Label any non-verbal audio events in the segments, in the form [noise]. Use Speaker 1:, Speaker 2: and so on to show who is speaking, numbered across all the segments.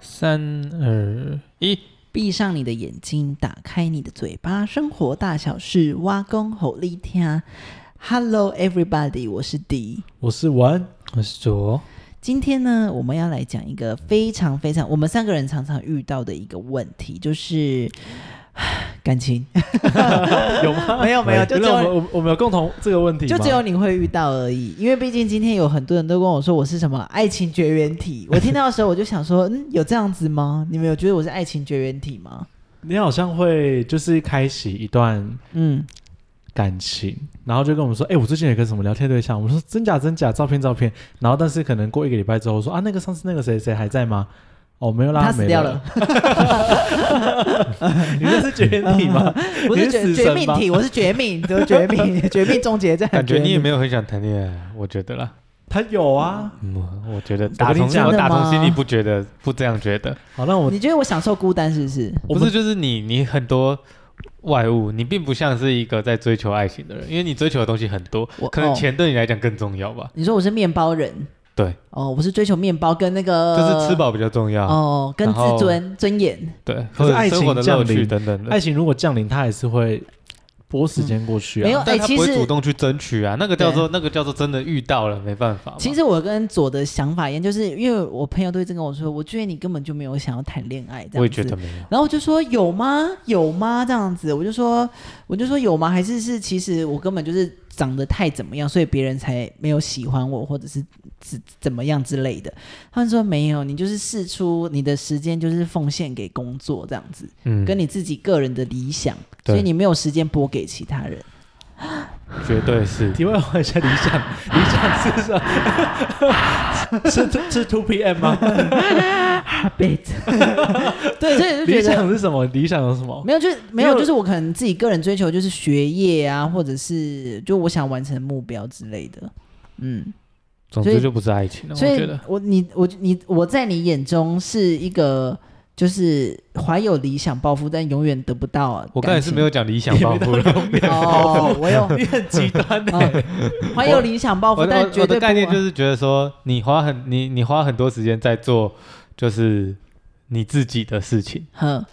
Speaker 1: 三二一，
Speaker 2: 闭上你的眼睛，打开你的嘴巴，生活大小事，挖工吼力听。Hello everybody，我是 D。
Speaker 1: 我是文，我是卓，
Speaker 2: 今天呢，我们要来讲一个非常非常我们三个人常常遇到的一个问题，就是唉感情。
Speaker 1: [laughs] 有吗？
Speaker 2: 没有没有就
Speaker 1: 原
Speaker 2: 只有
Speaker 1: 来我们我我们有共同这个问题吗，
Speaker 2: 就只有你会遇到而已。因为毕竟今天有很多人都跟我说我是什么爱情绝缘体，我听到的时候我就想说，嗯，有这样子吗？你们有觉得我是爱情绝缘体吗？
Speaker 1: 你好像会就是开启一段
Speaker 2: 嗯，
Speaker 1: 感情，然后就跟我们说，哎、我最近有个什么聊天对象，我们说真假真假，照片照片，然后但是可能过一个礼拜之后说啊，那个上次那个谁谁还在吗？哦，没有啦，
Speaker 2: 他死
Speaker 1: 没
Speaker 2: 掉了，，
Speaker 1: [laughs] 你这是绝缘
Speaker 2: [laughs]
Speaker 1: 体吗？
Speaker 2: 不
Speaker 1: 你
Speaker 2: 是
Speaker 1: 是
Speaker 2: 绝
Speaker 1: 死
Speaker 2: 绝
Speaker 1: 神
Speaker 2: 命
Speaker 1: 吗
Speaker 2: 体，我是绝命，得绝命，
Speaker 3: [laughs]
Speaker 2: 绝命终结战。
Speaker 3: 感觉你也
Speaker 2: 有
Speaker 3: 没有很想谈恋爱，我觉得啦。
Speaker 1: 他有啊，
Speaker 3: 嗯，我觉得
Speaker 1: 我
Speaker 3: 打
Speaker 1: 跟你
Speaker 3: 从
Speaker 1: 讲
Speaker 3: 我打
Speaker 2: 真的吗
Speaker 3: 从心里不觉得，不这样觉得。
Speaker 1: 好，那我
Speaker 2: 你觉得我享受孤单是不是？
Speaker 1: 我
Speaker 3: 不
Speaker 1: 们
Speaker 3: 是，就是你，你很多外物，你并不像是一个在追求爱情的人，因为你追求的东西很多
Speaker 2: 我，
Speaker 3: 可能
Speaker 2: 哦
Speaker 3: 钱对你来讲更重要吧？
Speaker 2: 你说我是面包人
Speaker 3: 对，
Speaker 2: 哦，我是追求面包跟那个
Speaker 3: 就是吃饱比较重要，
Speaker 2: 哦，跟自
Speaker 3: 然后
Speaker 2: 尊尊严。
Speaker 3: 对，
Speaker 1: 可
Speaker 3: 或
Speaker 1: 是
Speaker 3: 者
Speaker 1: 爱情
Speaker 3: 生活的乐
Speaker 1: 降
Speaker 3: 趣
Speaker 1: 临
Speaker 3: 等等的
Speaker 1: 爱。情如果降临，它还是会拨时间过去啊。
Speaker 2: 没有
Speaker 3: 但
Speaker 2: 哎
Speaker 3: 他
Speaker 2: 其
Speaker 3: 不会
Speaker 2: 实
Speaker 3: 主动去争取啊，那个叫做那个叫做真的遇到了，没办法嘛。
Speaker 2: 其实我跟左的想法一样，就是因为我朋友都一直跟我说，我觉得你根本就没有想要谈恋爱这样子。
Speaker 3: 我也觉得没有，
Speaker 2: 然后我就说有吗？有吗？这样子，我就说我就说有吗？还是是其实我根本就是长得太怎么样，所以别人才没有喜欢我，或者是怎怎么样之类的。他们说没有，你就是试出你的时间，就是奉献给工作这样子，
Speaker 3: 嗯，
Speaker 2: 跟你自己个人的理想，
Speaker 3: 对
Speaker 2: 所以你没有时间拨给其他人。
Speaker 3: 绝对是。
Speaker 1: 题外话一下，理想 [laughs] 理想是什么？ [laughs] 是是 two p.m. 吗？
Speaker 2: [laughs] 对，所以就觉
Speaker 1: 理
Speaker 2: 得
Speaker 1: 想是什么？理想有什么？
Speaker 2: 没有，就是没
Speaker 1: 没
Speaker 2: 有，
Speaker 1: 有
Speaker 2: 就是我可能自己个人追求就是学业啊，或者是就我想完成目标之类的。嗯，
Speaker 3: 总
Speaker 2: 所
Speaker 3: 之
Speaker 2: 以
Speaker 3: 就不是爱嗯情了，我
Speaker 2: 所
Speaker 3: 觉
Speaker 2: 以
Speaker 3: 得。
Speaker 2: 我你我你我在你眼中是一个就是怀有理想抱负，但永远得不到啊。
Speaker 3: 我刚才
Speaker 2: 感
Speaker 3: 是
Speaker 2: 情
Speaker 3: 没有讲理想抱负 [laughs] 了，
Speaker 2: 哦，
Speaker 3: [laughs]
Speaker 2: 我有
Speaker 1: [laughs] 你很极端的、
Speaker 2: 哦怀有理想抱
Speaker 3: 我
Speaker 2: 负，
Speaker 3: 的
Speaker 2: 但
Speaker 3: 我
Speaker 2: 绝
Speaker 3: 我
Speaker 2: 对
Speaker 3: 的
Speaker 2: 不啊
Speaker 3: 概念
Speaker 2: 完
Speaker 3: 就是觉得说，你花很你你花很多时间在做就是你自己的事情，
Speaker 2: 哼，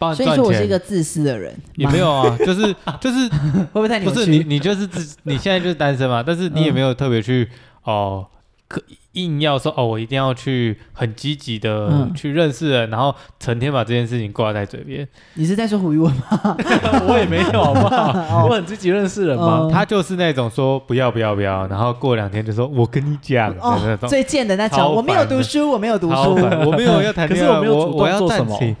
Speaker 3: 帮
Speaker 2: 嗯所
Speaker 3: 你
Speaker 2: 以
Speaker 3: 赚
Speaker 2: 说我是一个
Speaker 3: 钱。
Speaker 2: 自私的人，
Speaker 3: 也没有啊，就是就是
Speaker 2: 妈 [laughs] 会不会太扭
Speaker 3: 不
Speaker 2: 曲？
Speaker 3: 是你你就是自你现在就是单身嘛，但是你
Speaker 2: 嗯
Speaker 3: 也没有特别去哦，可硬要说哦，我一定要去很积极的
Speaker 2: 嗯
Speaker 3: 去认识人，然后成天把这件事情挂在嘴边。
Speaker 2: 你是在说胡
Speaker 3: [laughs]
Speaker 2: 一文吗？
Speaker 1: 我也没有，好不
Speaker 2: [laughs]
Speaker 1: 好？我很积极认识人吗？
Speaker 2: 哦
Speaker 3: 他就是那种说不要不要不要，然后过两天就说我跟你讲的那
Speaker 2: 哦，
Speaker 3: 种。
Speaker 2: 最贱的那种，
Speaker 3: 超
Speaker 2: 我没有
Speaker 3: 烦的
Speaker 2: 读书，我没有读
Speaker 3: 好
Speaker 2: 书，
Speaker 3: 烦我没有要谈
Speaker 1: 可是
Speaker 3: 恋爱，
Speaker 1: 我没有主动
Speaker 3: 我要
Speaker 1: 做什
Speaker 3: 暂
Speaker 1: 么
Speaker 3: 停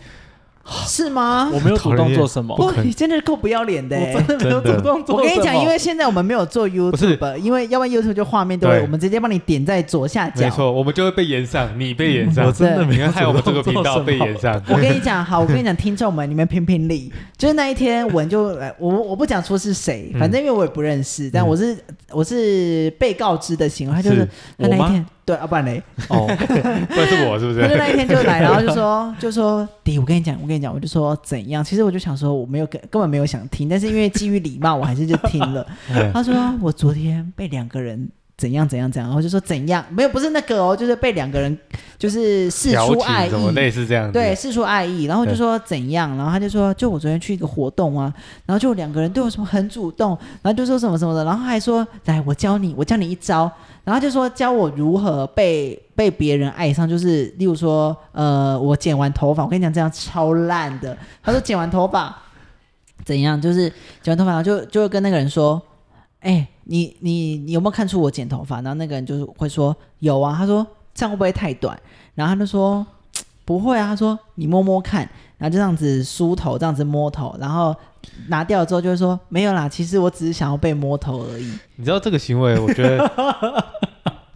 Speaker 2: 是吗？
Speaker 1: 我没有主动做什么，
Speaker 2: 嗯不
Speaker 1: 我
Speaker 3: 可能
Speaker 2: 你真的是够不要脸的、欸。
Speaker 1: 真的没有
Speaker 3: 真的
Speaker 1: 主动做什么。
Speaker 2: 我跟你讲，
Speaker 1: [laughs]
Speaker 2: 因为现在我们没有做 YouTube，因为要不然 YouTube 就画面都会，
Speaker 3: 对
Speaker 2: 我们直接帮你点在左下角。
Speaker 3: 没错，我们就会被延上，你被延上，
Speaker 1: 我真的没
Speaker 3: 你
Speaker 1: 有
Speaker 3: 看害我们这
Speaker 1: 主
Speaker 3: 个
Speaker 1: 动
Speaker 3: 频
Speaker 1: 做
Speaker 3: 道
Speaker 1: 什
Speaker 3: 被
Speaker 1: 么
Speaker 3: 延
Speaker 1: [laughs]
Speaker 3: 上。 [laughs]
Speaker 2: 我跟你讲，好，我跟你讲，听众们，你们评评理。就是那一天，文就来，我我不讲说是谁，
Speaker 3: 嗯
Speaker 2: 反正因为我也不认识，但我是我是被告知的行为，他就是
Speaker 3: 是
Speaker 2: 他那
Speaker 1: 我
Speaker 2: 一
Speaker 1: 吗
Speaker 2: 天，对，啊，不然嘞，
Speaker 1: 哦，
Speaker 3: 不是我，是不？
Speaker 2: 他就是
Speaker 3: [laughs]
Speaker 2: 那一天就来，然后就说就说，弟，我跟你讲，我跟你讲，我就说怎样，其实我就想说我没有根根本没有想听，但是因为基于礼貌，我还是就听
Speaker 3: [laughs]
Speaker 2: 了。
Speaker 3: 嗯
Speaker 2: 他说我昨天被两个人怎样怎样怎样，然后就说怎样，没有不是那个哦，就是被两个人就是试
Speaker 3: 调
Speaker 2: 出
Speaker 3: 情
Speaker 2: 爱
Speaker 3: 什么类
Speaker 2: 意。
Speaker 3: 似这样子？
Speaker 2: 对，，试出爱意，然后就说怎样，然后他就说，就我昨天去一个活动啊，然后就两个人对我什么很主动，然后就说什么什么的，然后还说来我教你，我教你一招，然后就说教我如何被被别人爱上，就是例如说，呃，我剪完头发，我跟你讲这样超烂的，他说剪完头发怎样，就是剪完头发然后就就会跟那个人说，哎、你你你有没有看出我剪头发？然后那个人就是会说有啊，他说这样会不会太短？然后他就说嘖不会啊，他说你摸摸看，然后就这样子梳头，这样子摸头，然后拿掉之后就会说没有啦，其实我只是想要被摸头而已，
Speaker 3: 你知道这个行为，我觉
Speaker 1: [laughs]
Speaker 3: 得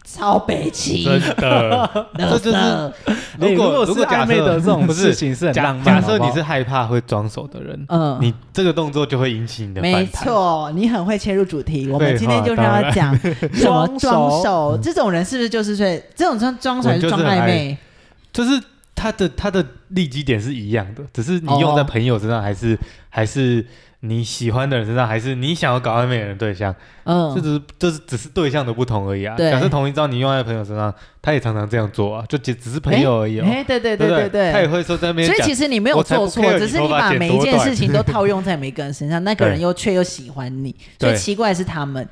Speaker 2: 超北齐，
Speaker 3: 真的，这就是
Speaker 2: 垃圾
Speaker 3: 如
Speaker 1: 哎
Speaker 3: 果
Speaker 1: 如果是
Speaker 3: 假设
Speaker 1: 暧昧的这种
Speaker 3: 不
Speaker 1: 事
Speaker 3: 是
Speaker 1: 情是很浪
Speaker 3: 假
Speaker 1: 漫
Speaker 3: 假设
Speaker 1: 好不好
Speaker 3: 你是害怕会装熟的人，
Speaker 2: 嗯，
Speaker 3: 你这个动作就会引起你的
Speaker 2: 没
Speaker 3: 反弹。
Speaker 2: 错，你很会切入主题。我们
Speaker 3: 废
Speaker 2: 今天
Speaker 3: 话
Speaker 2: 就是
Speaker 3: 当
Speaker 2: 要
Speaker 3: 然
Speaker 2: 讲什么
Speaker 1: 装
Speaker 2: 装
Speaker 1: 熟
Speaker 2: 手，这种人是不是就是睡？这种装装手还
Speaker 3: 我就是是
Speaker 2: 装暧
Speaker 3: 还
Speaker 2: 昧？
Speaker 3: 就是他的他的利基点是一样的，只是你用在
Speaker 2: 哦
Speaker 3: 朋友身上，还是、还是你喜欢的人身上，还是你想要搞暧昧的人对象，这
Speaker 2: 嗯，
Speaker 3: 只是这是只是对象的不同而已啊。
Speaker 2: 对
Speaker 3: 假设同一招你用在朋友身上，他也常常这样做啊，就只只是朋友而已、哦。
Speaker 2: 哎，对对
Speaker 3: 对不
Speaker 2: 对
Speaker 3: 他也会说在那边
Speaker 2: 所以
Speaker 3: 讲
Speaker 2: 其实你没有
Speaker 3: 我才
Speaker 2: 做
Speaker 3: 不
Speaker 2: 错，
Speaker 3: care
Speaker 2: 只
Speaker 3: 你
Speaker 2: 是
Speaker 3: 头
Speaker 2: 你
Speaker 3: 发
Speaker 2: 把
Speaker 3: 剪
Speaker 2: 每一
Speaker 3: 多
Speaker 2: 件
Speaker 3: 短
Speaker 2: 事情都套用在每个人身上，那个人
Speaker 3: 对
Speaker 2: 又却又喜欢你，所
Speaker 3: [laughs]
Speaker 2: 以
Speaker 3: 对
Speaker 2: 奇怪是他们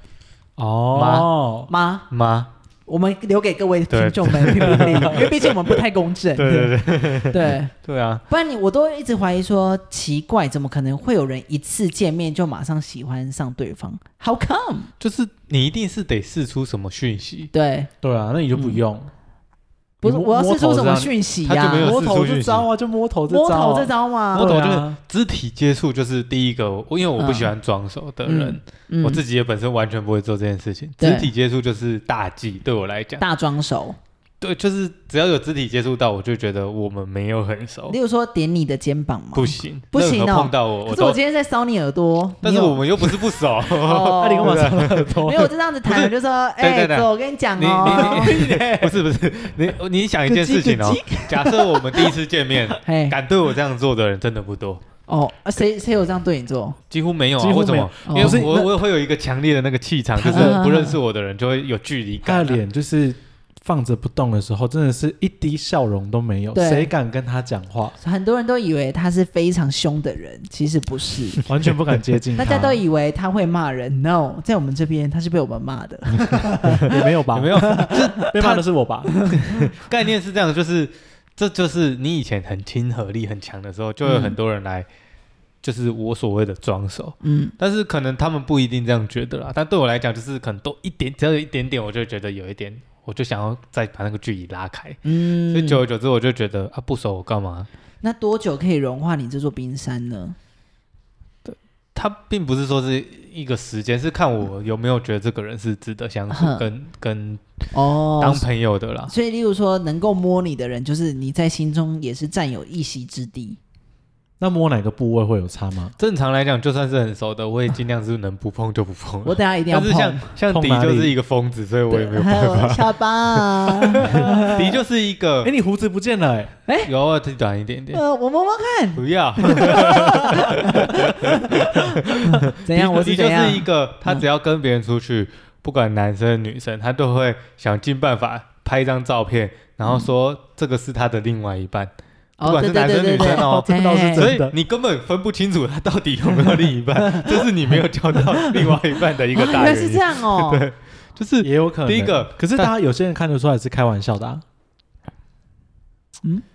Speaker 1: 哦，
Speaker 2: 吗？
Speaker 3: 吗？
Speaker 2: 我们留给各位听
Speaker 3: 对
Speaker 2: 众们评评
Speaker 3: [laughs]
Speaker 2: 理，因为毕竟我们不太公正。
Speaker 3: 对对对
Speaker 2: 对对
Speaker 3: 对啊，
Speaker 2: 不然你我都一直怀疑说，奇怪，怎么可能会有人一次见面就马上喜欢上对方？How come？
Speaker 3: 就是你一定是得试出什么讯息，
Speaker 2: 对，
Speaker 1: 对啊，那你就不用，
Speaker 2: 嗯不是
Speaker 1: 你摸
Speaker 2: 我要试出什么
Speaker 1: 摸头这样
Speaker 2: 讯息
Speaker 3: 他就没有
Speaker 2: 呀？
Speaker 1: 摸头
Speaker 3: 四处
Speaker 1: 这
Speaker 3: 讯息
Speaker 1: 招啊，就摸头这招
Speaker 2: 摸头
Speaker 1: 啊，
Speaker 2: 这招
Speaker 1: 对
Speaker 2: 吗
Speaker 1: 啊，？
Speaker 3: 摸头就是肢体接触就是第一个，我因为我不喜欢装熟的人，
Speaker 2: 嗯
Speaker 3: 我自己也本身完全不会做这件事情。
Speaker 2: 对
Speaker 3: 肢体接触就是大忌，对我来讲，
Speaker 2: 大装熟，
Speaker 3: 对，就是只要有肢体接触到，我就觉得我们没有很熟
Speaker 2: 例，如说点你的肩膀嘛，
Speaker 3: 哦不行，
Speaker 2: 不行哦
Speaker 3: 任何碰到我我
Speaker 2: 可是我
Speaker 3: 都，
Speaker 2: 今天在搔你耳朵，
Speaker 3: 但
Speaker 2: 你
Speaker 3: 是
Speaker 2: 有
Speaker 3: 我们又不是不熟。啊 [laughs]
Speaker 2: 哦
Speaker 1: 那你干嘛这么
Speaker 2: [laughs] 没
Speaker 1: 多？
Speaker 2: 有，我就这样子谈，我就说，哎，
Speaker 3: 对对
Speaker 2: 走，我跟你讲
Speaker 3: 你
Speaker 2: 哦，
Speaker 1: [laughs]
Speaker 3: 你你不是不是你你想一件事情哦
Speaker 2: 咯叽，
Speaker 3: 假设我们第一次见
Speaker 1: [laughs]
Speaker 3: 面，
Speaker 1: 哎
Speaker 2: 嘿，
Speaker 3: 敢对我这样做的人真的不多，
Speaker 2: 哦，啊谁谁有这样对你做？
Speaker 3: 几乎没有
Speaker 1: 几
Speaker 3: 啊。
Speaker 1: 乎
Speaker 3: 为什
Speaker 1: 没有
Speaker 3: 么？因为
Speaker 2: 哦
Speaker 3: 我我会有一个强烈的那个气场，就是
Speaker 2: 嗯
Speaker 3: 不认识我的人就会有距离
Speaker 1: 啊他
Speaker 3: 感
Speaker 1: 的
Speaker 3: 啊。
Speaker 1: 脸就是放着不动的时候，真的是一滴笑容都没有，
Speaker 2: 对
Speaker 1: 谁敢跟他讲话？
Speaker 2: 很多人都以为他是非常凶的人，其实不是，
Speaker 1: 完全不敢接
Speaker 2: [laughs]
Speaker 1: 近他，
Speaker 3: 啊
Speaker 2: 大家都以为他会骂人。No，在我们这边他是被我们骂的。
Speaker 1: [laughs] 也没有吧？
Speaker 3: 有没有？
Speaker 1: 被骂的是我吧？
Speaker 3: 概念是这样，就是这就是你以前很亲和力很强的时候，就有
Speaker 1: 嗯
Speaker 3: 很多人来，就是我所谓的装熟。
Speaker 2: 嗯，
Speaker 3: 但是可能他们不一定这样觉得啦，但对我来讲，就是可能多一点，只要有一点点，我就觉得有一点，我就想要再把那个距离拉开。所以
Speaker 2: 嗯
Speaker 3: 久而久之，我就觉得啊，不熟我干嘛？
Speaker 2: 那多久可以融化你这座冰山呢？
Speaker 3: 他并不是说是一个时间，是看我有没有觉得这个人是值得相处、
Speaker 2: 嗯
Speaker 3: 跟跟当
Speaker 2: 哦，
Speaker 3: 朋友的啦。
Speaker 2: 所以例如说，能够摸你的人，就是你在心中也是占有一席之地。
Speaker 1: 那摸哪个部位会有差吗？
Speaker 3: 正常来讲，就算是很熟的，我也尽量是能不碰就不碰。
Speaker 2: 我等下一定要
Speaker 3: 但是像
Speaker 2: 碰。
Speaker 3: 像
Speaker 1: 碰
Speaker 3: 迪
Speaker 1: 哪里
Speaker 3: 就是一个疯子，所以我也没有
Speaker 2: 还
Speaker 3: 办
Speaker 2: 有
Speaker 3: 法。
Speaker 2: 下巴
Speaker 3: [laughs]
Speaker 2: 啊，
Speaker 3: 迪就是一个
Speaker 2: [laughs]
Speaker 1: 哎，你胡子不见了，哎，
Speaker 3: 有偶尔剃短一点点，
Speaker 2: 呃，我摸摸
Speaker 3: [laughs]
Speaker 2: 看，
Speaker 3: 不要。
Speaker 2: [laughs] 怎样？
Speaker 3: 迪
Speaker 2: 我是
Speaker 3: [laughs] 迪
Speaker 2: 怎
Speaker 3: 就
Speaker 2: 样嗯
Speaker 3: 是一？个，他只要跟别人出去，不管男生女生，他都会想尽办法拍一张照片，然
Speaker 2: 嗯
Speaker 3: 后说这个是他的另外一半，
Speaker 2: 哦
Speaker 3: 不管是男生
Speaker 2: 对对对哎
Speaker 3: 女生哦。
Speaker 1: 这倒是
Speaker 2: 嘿
Speaker 1: 真
Speaker 3: 所
Speaker 1: 的
Speaker 3: 以你根本分不清楚他到底有没有另一
Speaker 1: [laughs]
Speaker 3: 半，这是你没有交到另外一半的一个
Speaker 2: 哦
Speaker 3: 大
Speaker 2: 原来
Speaker 3: 原
Speaker 2: 是这
Speaker 3: 因。
Speaker 2: 样
Speaker 3: [laughs]
Speaker 2: 哦。
Speaker 3: 对，就是
Speaker 1: 也有可能。
Speaker 3: 第一个
Speaker 1: 可是大
Speaker 3: 但
Speaker 1: 家有些人看得出来是开玩笑的啊。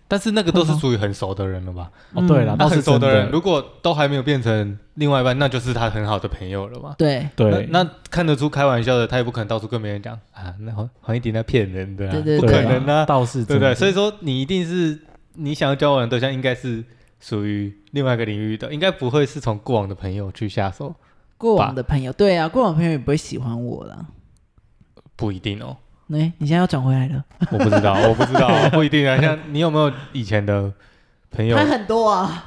Speaker 3: 但是那个都
Speaker 2: 会
Speaker 3: 是
Speaker 2: 吗
Speaker 3: 属于很熟的人了吧？
Speaker 1: 哦，对了，
Speaker 3: 那
Speaker 2: 嗯
Speaker 1: 倒
Speaker 3: 很
Speaker 1: 是
Speaker 3: 熟
Speaker 1: 真
Speaker 3: 的人，
Speaker 1: 的。
Speaker 3: 如果都还没有变成另外一半，那就是他很好的朋友了嘛。
Speaker 2: 对
Speaker 1: 对，
Speaker 3: 那那看得出开玩笑的，他也不可能到处跟别人讲啊，那黄黄一迪在骗人的、啊，
Speaker 2: 对对
Speaker 3: 不
Speaker 1: 对
Speaker 3: 可能啊，
Speaker 1: 倒是
Speaker 3: 对
Speaker 1: 真
Speaker 3: 不对？
Speaker 1: 的
Speaker 3: 所以说你一定是你想要交往的对象，应该是属于另外一个领域的，应该不会是从过往的朋友去下手，
Speaker 2: 过往的朋友，对啊，过往的朋友也不会喜欢我了。
Speaker 3: 不一定哦，
Speaker 2: 哎、你现在要转回来了，
Speaker 3: 我不知道，我不知道，不一定啊。像你有没有以前的朋友
Speaker 2: 他很多 [laughs] 啊，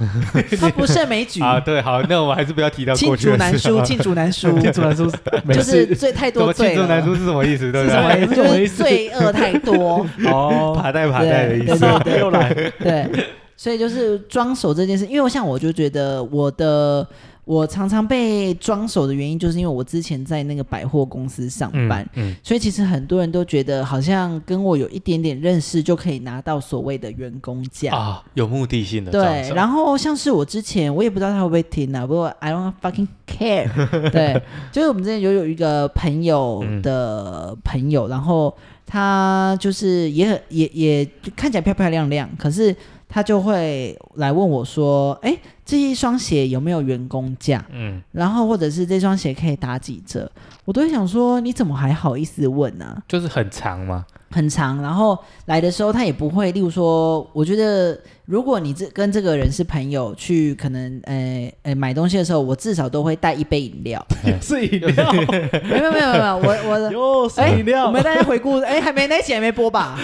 Speaker 2: 他不胜枚举，
Speaker 3: 啊？对，好，那我们还是不要提到
Speaker 2: 罄
Speaker 3: 过去
Speaker 2: 竹
Speaker 3: 的
Speaker 2: 难
Speaker 3: 事 [laughs]
Speaker 2: 书，
Speaker 3: 了。
Speaker 2: 罄竹难书，
Speaker 1: 罄竹
Speaker 3: [laughs]
Speaker 1: 难书没
Speaker 2: 就
Speaker 1: 事
Speaker 2: 是罪太
Speaker 3: 怎
Speaker 2: 多
Speaker 3: 么罄
Speaker 2: 罪
Speaker 3: 竹难
Speaker 2: 了，
Speaker 3: 书是什么意思？对
Speaker 2: 是
Speaker 3: 不对？
Speaker 2: 什么意思？
Speaker 1: 对对
Speaker 2: 就
Speaker 1: 什么
Speaker 2: 是
Speaker 1: 意思
Speaker 2: 罪恶太
Speaker 3: [laughs]
Speaker 2: 多，
Speaker 1: 哦，
Speaker 3: 爬带爬带的意思
Speaker 2: 对。
Speaker 3: [laughs]
Speaker 2: 对对
Speaker 1: 又来，
Speaker 2: 对，所以就是装熟这件事，因为像我就觉得我的我常常被装熟的原因，就是因为我之前在那个百货公司上班，
Speaker 3: 嗯，
Speaker 2: 所以其实很多人都觉得好像跟我有一点点认识就可以拿到所谓的员工
Speaker 3: 嗯
Speaker 2: 奖。
Speaker 3: 啊，有目的性的装
Speaker 2: 对
Speaker 3: 熟，
Speaker 2: 然后像是我之前，我也不知道他会不会听啊，不过 I don't fucking care 。
Speaker 3: [laughs]
Speaker 2: 对，就是我们之前有有一个朋友
Speaker 3: 嗯
Speaker 2: 的朋友，然后他就是也很也也看起来漂漂亮亮，可是他就会来问我说：“哎，这一双鞋有没有员工价？
Speaker 3: 嗯，
Speaker 2: 然后或者是这双鞋可以打几折？”我都会想说，你怎么还好意思问啊呢、
Speaker 3: 就是很长嘛，
Speaker 2: 很长，然后来的时候他也不会，例如说，我觉得如果你这跟这个人是朋友，去可能呃呃买东西的时候，我至少都会带一杯饮 [laughs] 料。
Speaker 1: 又是饮料，
Speaker 2: [laughs]
Speaker 1: [laughs]
Speaker 2: 没有没有没有没有，我我的
Speaker 1: 又是
Speaker 2: 哎
Speaker 1: 饮料
Speaker 2: 我，们大家回顾，哎还没那一集还没播吧？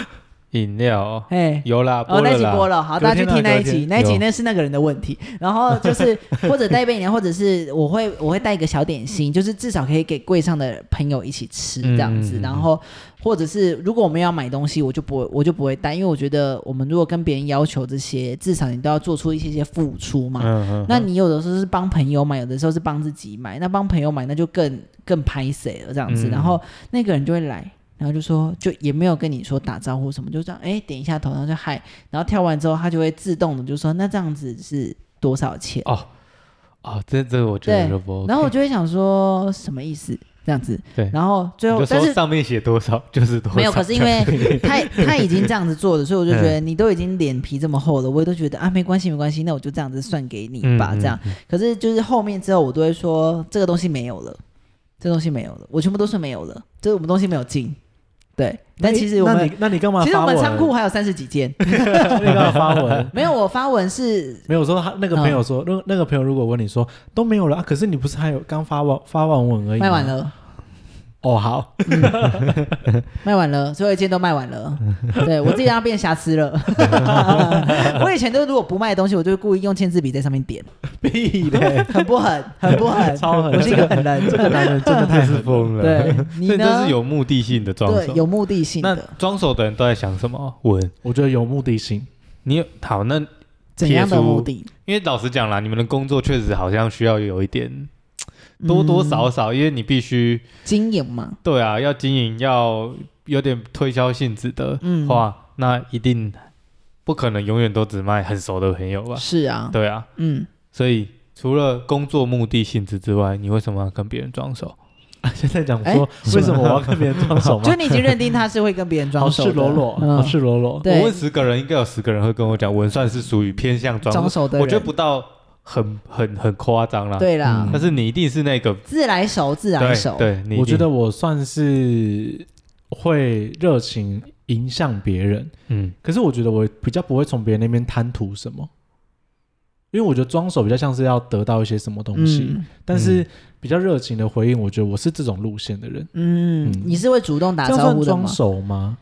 Speaker 3: 饮料哦
Speaker 2: [laughs] 哎，
Speaker 3: 有啦，播
Speaker 2: 哦，那
Speaker 3: 了
Speaker 2: 集
Speaker 3: 啦，
Speaker 2: 播了，好，
Speaker 1: 隔
Speaker 2: 大家
Speaker 1: 天
Speaker 2: 去
Speaker 1: 啊
Speaker 2: 听那一
Speaker 1: 隔
Speaker 2: 集
Speaker 1: 天，
Speaker 2: 那一集
Speaker 3: 有
Speaker 2: 那是那个人的问题。然后就是 [laughs] 或者带一杯饮料，或者是我会我会带一个小点心，就是至少可以给柜上的朋友一起吃这样
Speaker 3: 嗯
Speaker 2: 子。
Speaker 3: 嗯嗯
Speaker 2: 然后或者是如果我们要买东西，我就不会我就不会带，因为我觉得我们如果跟别人要求这些，至少你都要做出一些些付出嘛。
Speaker 3: 嗯嗯，
Speaker 2: 那你有的时候是帮朋友买，有的时候是帮自己买。那帮朋友买，那就更更拍谁了这样
Speaker 3: 嗯
Speaker 2: 子。然后那个人就会来，然后就说，就也没有跟你说打招呼什么，就这样，哎，点一下头，然后就嗨。然后跳完之后，他就会自动的就说，那这样子是多少钱？
Speaker 3: 哦哦，这这个我觉得
Speaker 2: 对
Speaker 3: 就不 OK，
Speaker 2: 然后我就会想说，什么意思？这样子。
Speaker 3: 对
Speaker 2: 然后最
Speaker 3: 你
Speaker 2: 后，
Speaker 3: 就
Speaker 2: 但
Speaker 3: 说
Speaker 2: 是
Speaker 3: 上面写多少就是多少，
Speaker 2: 没有，可是因为
Speaker 3: [laughs]
Speaker 2: 他他已经这样子做了，所以我就觉得
Speaker 3: 嗯
Speaker 2: 你都已经脸皮这么厚了，我也都觉得啊，没关系，没关系，那我就这样子算给你吧，
Speaker 3: 嗯嗯
Speaker 2: 这样。可是就是后面之后，我都会说这个东西没有了，这东西没有了，我全部都是没有了，这我们东西没有进。对，但其实我
Speaker 1: 那
Speaker 2: 们
Speaker 1: 你那你干嘛发
Speaker 2: 其
Speaker 1: 文？
Speaker 2: 实我们仓库还有三十几件，
Speaker 1: 那个发
Speaker 3: [laughs]
Speaker 1: 文
Speaker 2: 没有我发文是
Speaker 1: 没有说他那个朋友说，
Speaker 2: 嗯
Speaker 1: 那、那个朋友如果问你说都没有了、啊，可是你不是还有刚发完发完文而已，
Speaker 2: 卖完。了，
Speaker 1: 哦，好，
Speaker 2: 卖完了，所有一件都卖完了，对我自己让它变瑕疵了。 [laughs] 我以前都如果不卖东西，我就会故意用签字笔在上面点，
Speaker 1: 屁嘞，
Speaker 2: 很不狠，很不狠，
Speaker 1: 超狠
Speaker 2: 我是一个狠人，
Speaker 1: 这个男人真的太
Speaker 3: 真是疯了，
Speaker 2: 对你
Speaker 3: 所以这
Speaker 2: 呢
Speaker 3: 是有目的性的装
Speaker 2: 对
Speaker 3: 手，
Speaker 2: 有目的性
Speaker 3: 那
Speaker 2: 的，
Speaker 3: 装手的人都在想什么？文，
Speaker 1: 我觉得有目
Speaker 2: [laughs]
Speaker 1: 的性。
Speaker 3: 你有好那
Speaker 2: 怎样的目的？
Speaker 3: 因为老实讲啦，你们的工作确实好像需要有一点多多少少，因为你必须
Speaker 2: 嗯经营嘛，
Speaker 3: 对啊，要经营，要有点推销性质的
Speaker 2: 嗯
Speaker 3: 话，那一定不可能永远都只卖很熟的朋友吧？
Speaker 2: 是啊，
Speaker 3: 对啊，
Speaker 2: 嗯，
Speaker 3: 所以除了工作目的性质之外，你为什么要跟别人装熟？
Speaker 1: 啊现在讲
Speaker 2: 哎
Speaker 1: 说为什么我要跟别人装手吗
Speaker 2: 就？你已经认定他是会跟别人
Speaker 1: 好
Speaker 2: 装熟
Speaker 1: 赤
Speaker 2: 的，
Speaker 1: 裸裸，好
Speaker 2: 嗯，
Speaker 1: 赤裸裸。
Speaker 2: 对
Speaker 3: 我问十个人，应该有十个人会跟我讲，文算是属于偏向装
Speaker 2: 装熟的人，
Speaker 3: 我觉得不到很很很夸张啦。
Speaker 2: 对啦
Speaker 1: 嗯，
Speaker 3: 但是你一定是那个
Speaker 2: 自来熟，自来熟，
Speaker 3: 对，对你一定
Speaker 1: 我觉得我算是会热情迎向别人，
Speaker 3: 嗯
Speaker 1: 可是我觉得我比较不会从别人那边贪图什么，因为我觉得装手比较像是要得到一些什么东西，
Speaker 2: 嗯
Speaker 1: 但是比较热情的回应，我觉得我是这种路线的人。
Speaker 2: 嗯
Speaker 1: 嗯，
Speaker 2: 你是会主动打
Speaker 1: 这样
Speaker 2: 招
Speaker 1: 算
Speaker 2: 呼的
Speaker 1: 装
Speaker 2: 吗？
Speaker 1: 手吗？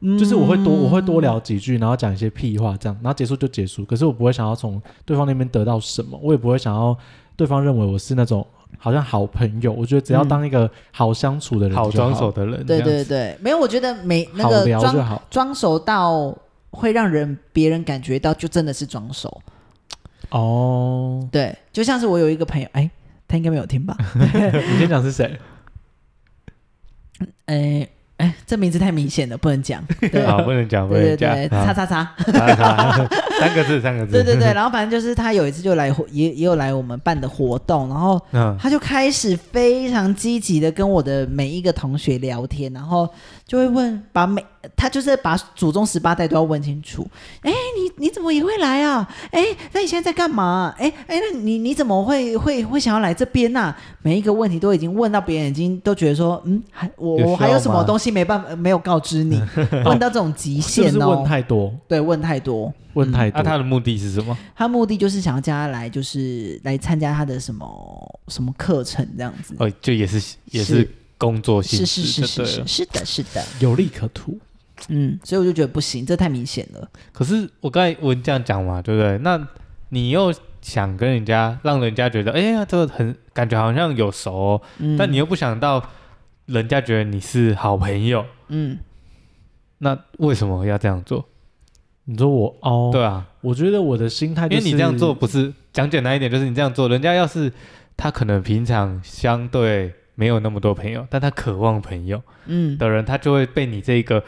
Speaker 2: 嗯
Speaker 1: 就是我会多我会多聊几句，然后讲一些屁话，这样，然后结束就结束。可是我不会想要从对方那边得到什么，我也不会想要对方认为我是那种好像好朋友。我觉得只要
Speaker 2: 嗯
Speaker 1: 当一个好相处的人就
Speaker 3: 好装手
Speaker 1: 好，
Speaker 3: 的人，
Speaker 2: 对
Speaker 3: 这样
Speaker 2: 对对，没有，我觉得每那
Speaker 1: 好
Speaker 2: 个
Speaker 1: 聊就
Speaker 2: 装
Speaker 1: 好。
Speaker 2: 装熟到会让人别人感觉到，就真的是装熟。
Speaker 1: [laughs] 哦，
Speaker 2: 对，就像是我有一个朋友，哎，他应该没有
Speaker 1: [laughs]
Speaker 2: 听吧？
Speaker 1: 你先讲是谁？
Speaker 2: 哎哎，这名字太明显了，不能讲。对
Speaker 3: 好，啊不能讲，不
Speaker 2: 对对
Speaker 3: 能讲，
Speaker 2: 对，
Speaker 3: 好
Speaker 2: 叉叉叉，
Speaker 3: [laughs] 三个字，三个字，
Speaker 2: 对对对。然后反正就是他有一次就来活，也也有来我们办的活动，然后
Speaker 3: 嗯，
Speaker 2: 他就开始非常积极的跟我的每一个同学聊天，然后就会问，把每他就是把祖宗十八代都要问清楚。哎，你你怎么也会来啊？哎，那你现在在干嘛啊？哎哎，那你你怎么会会会想要来这边呐、每一个问题都已经问到别人已经都觉得说，嗯，还我
Speaker 3: 有需要
Speaker 2: 我还有什么
Speaker 3: 吗
Speaker 2: 东西没办法没有告知你，问到这种极
Speaker 1: [laughs] 是
Speaker 2: 限
Speaker 1: 不是问
Speaker 2: 哦。
Speaker 1: 太多？
Speaker 2: 对，问太多，
Speaker 1: 问太
Speaker 3: 那嗯
Speaker 1: 多。
Speaker 3: 啊他的目的是什么？
Speaker 2: 他目的就是想要叫他来，就是来参加他的什么什么课程这样子。
Speaker 3: 哦，就也是也是工作性
Speaker 2: 是是
Speaker 3: 质，就
Speaker 2: 是是
Speaker 3: 对
Speaker 2: 是
Speaker 3: 了。
Speaker 2: 是的，是的，
Speaker 1: 有利可图，
Speaker 2: 嗯，所以我就觉得不行，这太明显了。
Speaker 3: 可是我刚才我这样讲嘛，对不对？那你又想跟人家让人家觉得，哎呀，这个很感觉好像有熟哦，
Speaker 2: 嗯，
Speaker 3: 但你又不想到人家觉得你是好朋友，
Speaker 2: 嗯，
Speaker 3: 那为什么要这样做？
Speaker 1: 你说我哦，
Speaker 3: 对啊，
Speaker 1: 我觉得我的心态、就
Speaker 3: 因
Speaker 1: 是，
Speaker 3: 为你这样做不是讲简单一点，就是你这样做，人家要是他可能平常相对没有那么多朋友，但他渴望朋友
Speaker 2: 嗯，
Speaker 3: 的人，他就会被你这个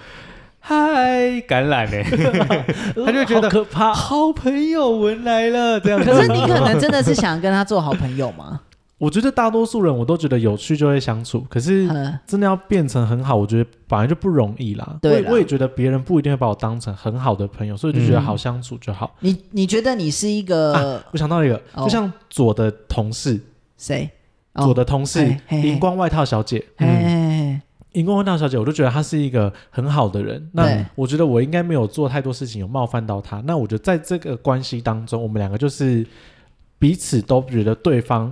Speaker 3: 嗨感染欸呢、
Speaker 1: [laughs] 呃，
Speaker 3: 他就觉得
Speaker 1: 好可怕。
Speaker 3: 好朋友文来了这样子。
Speaker 2: 可是你可能真的是想跟他做好朋友嘛？
Speaker 1: 我觉得大多数人我都觉得有趣就会相处，可是
Speaker 2: 嗯，
Speaker 1: 真的要变成很好，我觉得本来就不容易啦。
Speaker 2: 对
Speaker 1: 我也
Speaker 2: 啦
Speaker 1: 我也觉得别人不一定会把我当成很好的朋友，所以我就觉得
Speaker 3: 嗯
Speaker 1: 好相处就好。
Speaker 2: 你你觉得你是一个
Speaker 1: 我想到一个，
Speaker 2: 哦
Speaker 1: 就像左的同事，
Speaker 2: 谁？哦
Speaker 1: 左的同事
Speaker 2: 嘿嘿嘿
Speaker 1: 荧光外套小姐，
Speaker 2: 嘿嘿嘿
Speaker 1: 荧光外套小姐，我就觉得她是一个很好的人。
Speaker 2: 对
Speaker 1: 那我觉得我应该没有做太多事情有冒犯到她。那我觉得在这个关系当中，我们两个就是彼此都觉得对方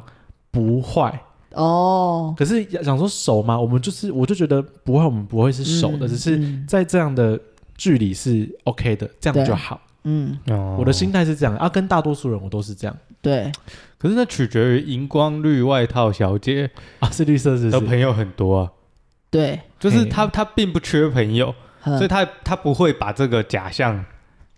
Speaker 1: 不坏，
Speaker 2: 哦，
Speaker 1: 可是想说熟嘛，我们就是我就觉得不会，我们不会是熟的，
Speaker 2: 嗯
Speaker 1: 只是
Speaker 2: 嗯
Speaker 1: 在这样的距离是 OK 的，这样
Speaker 2: 对
Speaker 1: 就好。
Speaker 2: 嗯，
Speaker 3: 哦
Speaker 1: 我的心态是这样啊，跟大多数人我都是这样
Speaker 2: 对，
Speaker 3: 可是那取决于荧光绿外套小姐
Speaker 1: 啊，是绿色是
Speaker 3: 的
Speaker 1: 不是？
Speaker 3: 朋友很多啊，
Speaker 2: 对，
Speaker 3: 就是她她并不缺朋友，所以
Speaker 2: 嗯，
Speaker 3: 她她不会把这个假象，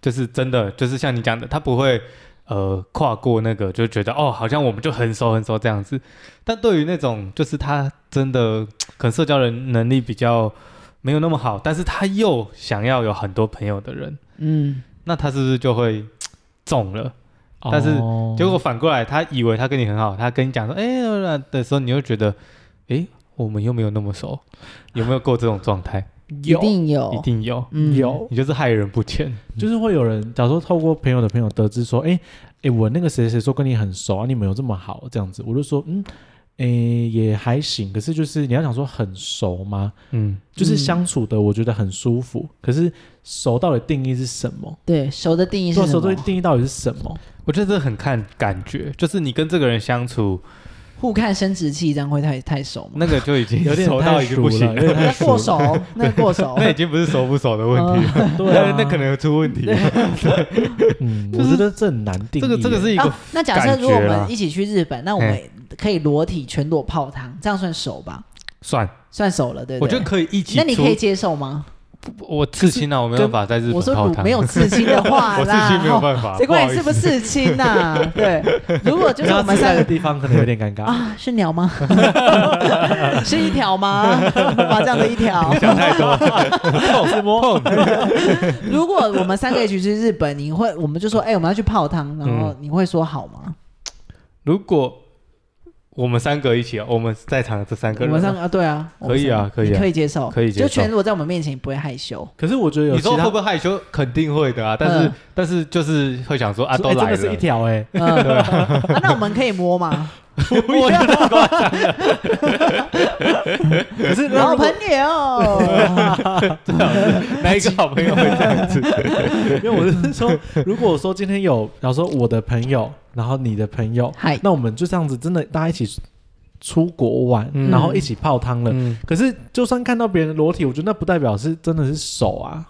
Speaker 3: 就是真的就是像你讲的，她不会呃跨过那个，就觉得哦好像我们就很熟很熟这样子。但对于那种就是她真的可能社交人能力比较没有那么好，但是她又想要有很多朋友的人，
Speaker 2: 嗯，
Speaker 3: 那她是不是就会中了？但是
Speaker 1: 哦
Speaker 3: 结果反过来，他以为他跟你很好，他跟你讲说，哎、那的时候，你又觉得，哎、我们又没有那么熟，有没有过这种状态？
Speaker 2: 一
Speaker 1: 有
Speaker 2: 定有，
Speaker 3: 一定有，
Speaker 2: 嗯，
Speaker 1: 有，
Speaker 3: 你就是害人不浅。
Speaker 1: 就是会有人，假如说透过朋友的朋友得知说，哎、诶我那个谁谁说跟你很熟啊，你们有这么好这样子，我就说，嗯，哎、也还行，可是就是你要想说很熟吗？
Speaker 3: 嗯，
Speaker 1: 就是
Speaker 2: 嗯
Speaker 1: 相处的，我觉得很舒服。可是熟到底定义是什么？
Speaker 2: 对，熟的定义是
Speaker 1: 对啊，
Speaker 2: 什
Speaker 1: 熟
Speaker 2: 么
Speaker 1: 到？底定义到底是什么？
Speaker 3: 我觉得这很看感觉，就是你跟这个人相处，
Speaker 2: 互看生殖器，这样会太太熟吗？
Speaker 3: 那个就已经
Speaker 1: [laughs] 有点
Speaker 3: 熟到
Speaker 1: 太
Speaker 3: 已经
Speaker 1: 熟
Speaker 3: 不
Speaker 1: 了，
Speaker 3: 行
Speaker 1: 有 [laughs]
Speaker 3: 了，
Speaker 1: 点
Speaker 2: 那
Speaker 1: 太熟
Speaker 2: 过
Speaker 1: 了。
Speaker 2: 熟，
Speaker 3: [laughs]
Speaker 2: 那过熟，
Speaker 3: 那已经不是熟不熟的问题 [laughs] 了，，
Speaker 1: 对啊
Speaker 3: 那可能有出问题。
Speaker 1: 嗯，
Speaker 3: 就
Speaker 1: 我
Speaker 3: 是
Speaker 1: 觉得这很难定义。
Speaker 3: 这个这个是一个
Speaker 2: 哦，那假设如果我
Speaker 3: 感觉啦
Speaker 2: 们一起去日本，那我们可以裸体全裸泡汤，这样算熟吧？
Speaker 3: 算，
Speaker 2: 算熟了，对不
Speaker 3: 我
Speaker 2: 对？
Speaker 3: 觉得可以一起出。
Speaker 2: 那你可以接受吗？
Speaker 3: 我刺青啊，我没有办法在日
Speaker 2: 我
Speaker 3: 本
Speaker 2: 说
Speaker 3: 泡
Speaker 2: 如
Speaker 3: 汤，
Speaker 2: 没有刺青的
Speaker 3: [laughs]
Speaker 2: 话
Speaker 3: 我刺
Speaker 2: 啦，
Speaker 3: 青没有
Speaker 2: [laughs]
Speaker 3: 办法，
Speaker 2: 谁
Speaker 3: 不
Speaker 2: 管
Speaker 3: 好
Speaker 2: 你
Speaker 3: 意
Speaker 2: 是
Speaker 3: 思
Speaker 2: 不是刺青
Speaker 3: [laughs]
Speaker 2: 呐、对，如果就是我们
Speaker 1: 在
Speaker 2: 三
Speaker 1: 的
Speaker 2: 个
Speaker 1: 地方可能有点
Speaker 2: [laughs]
Speaker 1: 尴尬。
Speaker 2: 啊，是
Speaker 3: [laughs]
Speaker 2: 鸟吗？是一条吗？麻将的一条。
Speaker 3: 想太多，
Speaker 2: 如果我们三个一起去日本，你会我们就说，哎、我们要去泡汤，然
Speaker 3: 嗯
Speaker 2: 后你会说好吗？
Speaker 3: 如果我们三个一起哦，我们在场的这三个
Speaker 2: 我
Speaker 3: 人，
Speaker 2: 们三个啊，对啊，
Speaker 3: 可以啊
Speaker 2: 我们三个
Speaker 3: 可以啊
Speaker 2: 你可以接受，
Speaker 3: 可以接受
Speaker 2: 就全裸在我们面前，你不会害
Speaker 3: [laughs]
Speaker 2: 羞。
Speaker 1: 可是我觉得有
Speaker 3: 你
Speaker 1: 其
Speaker 3: 说会
Speaker 1: 他
Speaker 3: 不会害羞？肯定会的啊，但是、
Speaker 2: 嗯
Speaker 3: 但是就是会想说啊，
Speaker 1: 说
Speaker 3: 都
Speaker 1: 诶
Speaker 3: 来
Speaker 1: 真的是一
Speaker 3: 了， [laughs]
Speaker 1: 条
Speaker 2: [laughs]
Speaker 1: 哎，
Speaker 2: 嗯，啊那我们可以摸吗？
Speaker 3: 我觉得
Speaker 1: 可是那
Speaker 2: 老
Speaker 1: 如果
Speaker 2: 朋
Speaker 3: [laughs]
Speaker 2: 友，
Speaker 3: 哪一个好朋友会这样子？
Speaker 1: 因为我是说，如果说今天有，假如说我的朋友，然后你的朋友，
Speaker 2: 嗨，
Speaker 1: 那我们就这样子，真的大家一起出国玩，
Speaker 3: 嗯
Speaker 1: 然后一起泡汤了。
Speaker 3: 嗯，
Speaker 1: 可是就算看到别人裸体，我觉得那不代表是真的是手啊，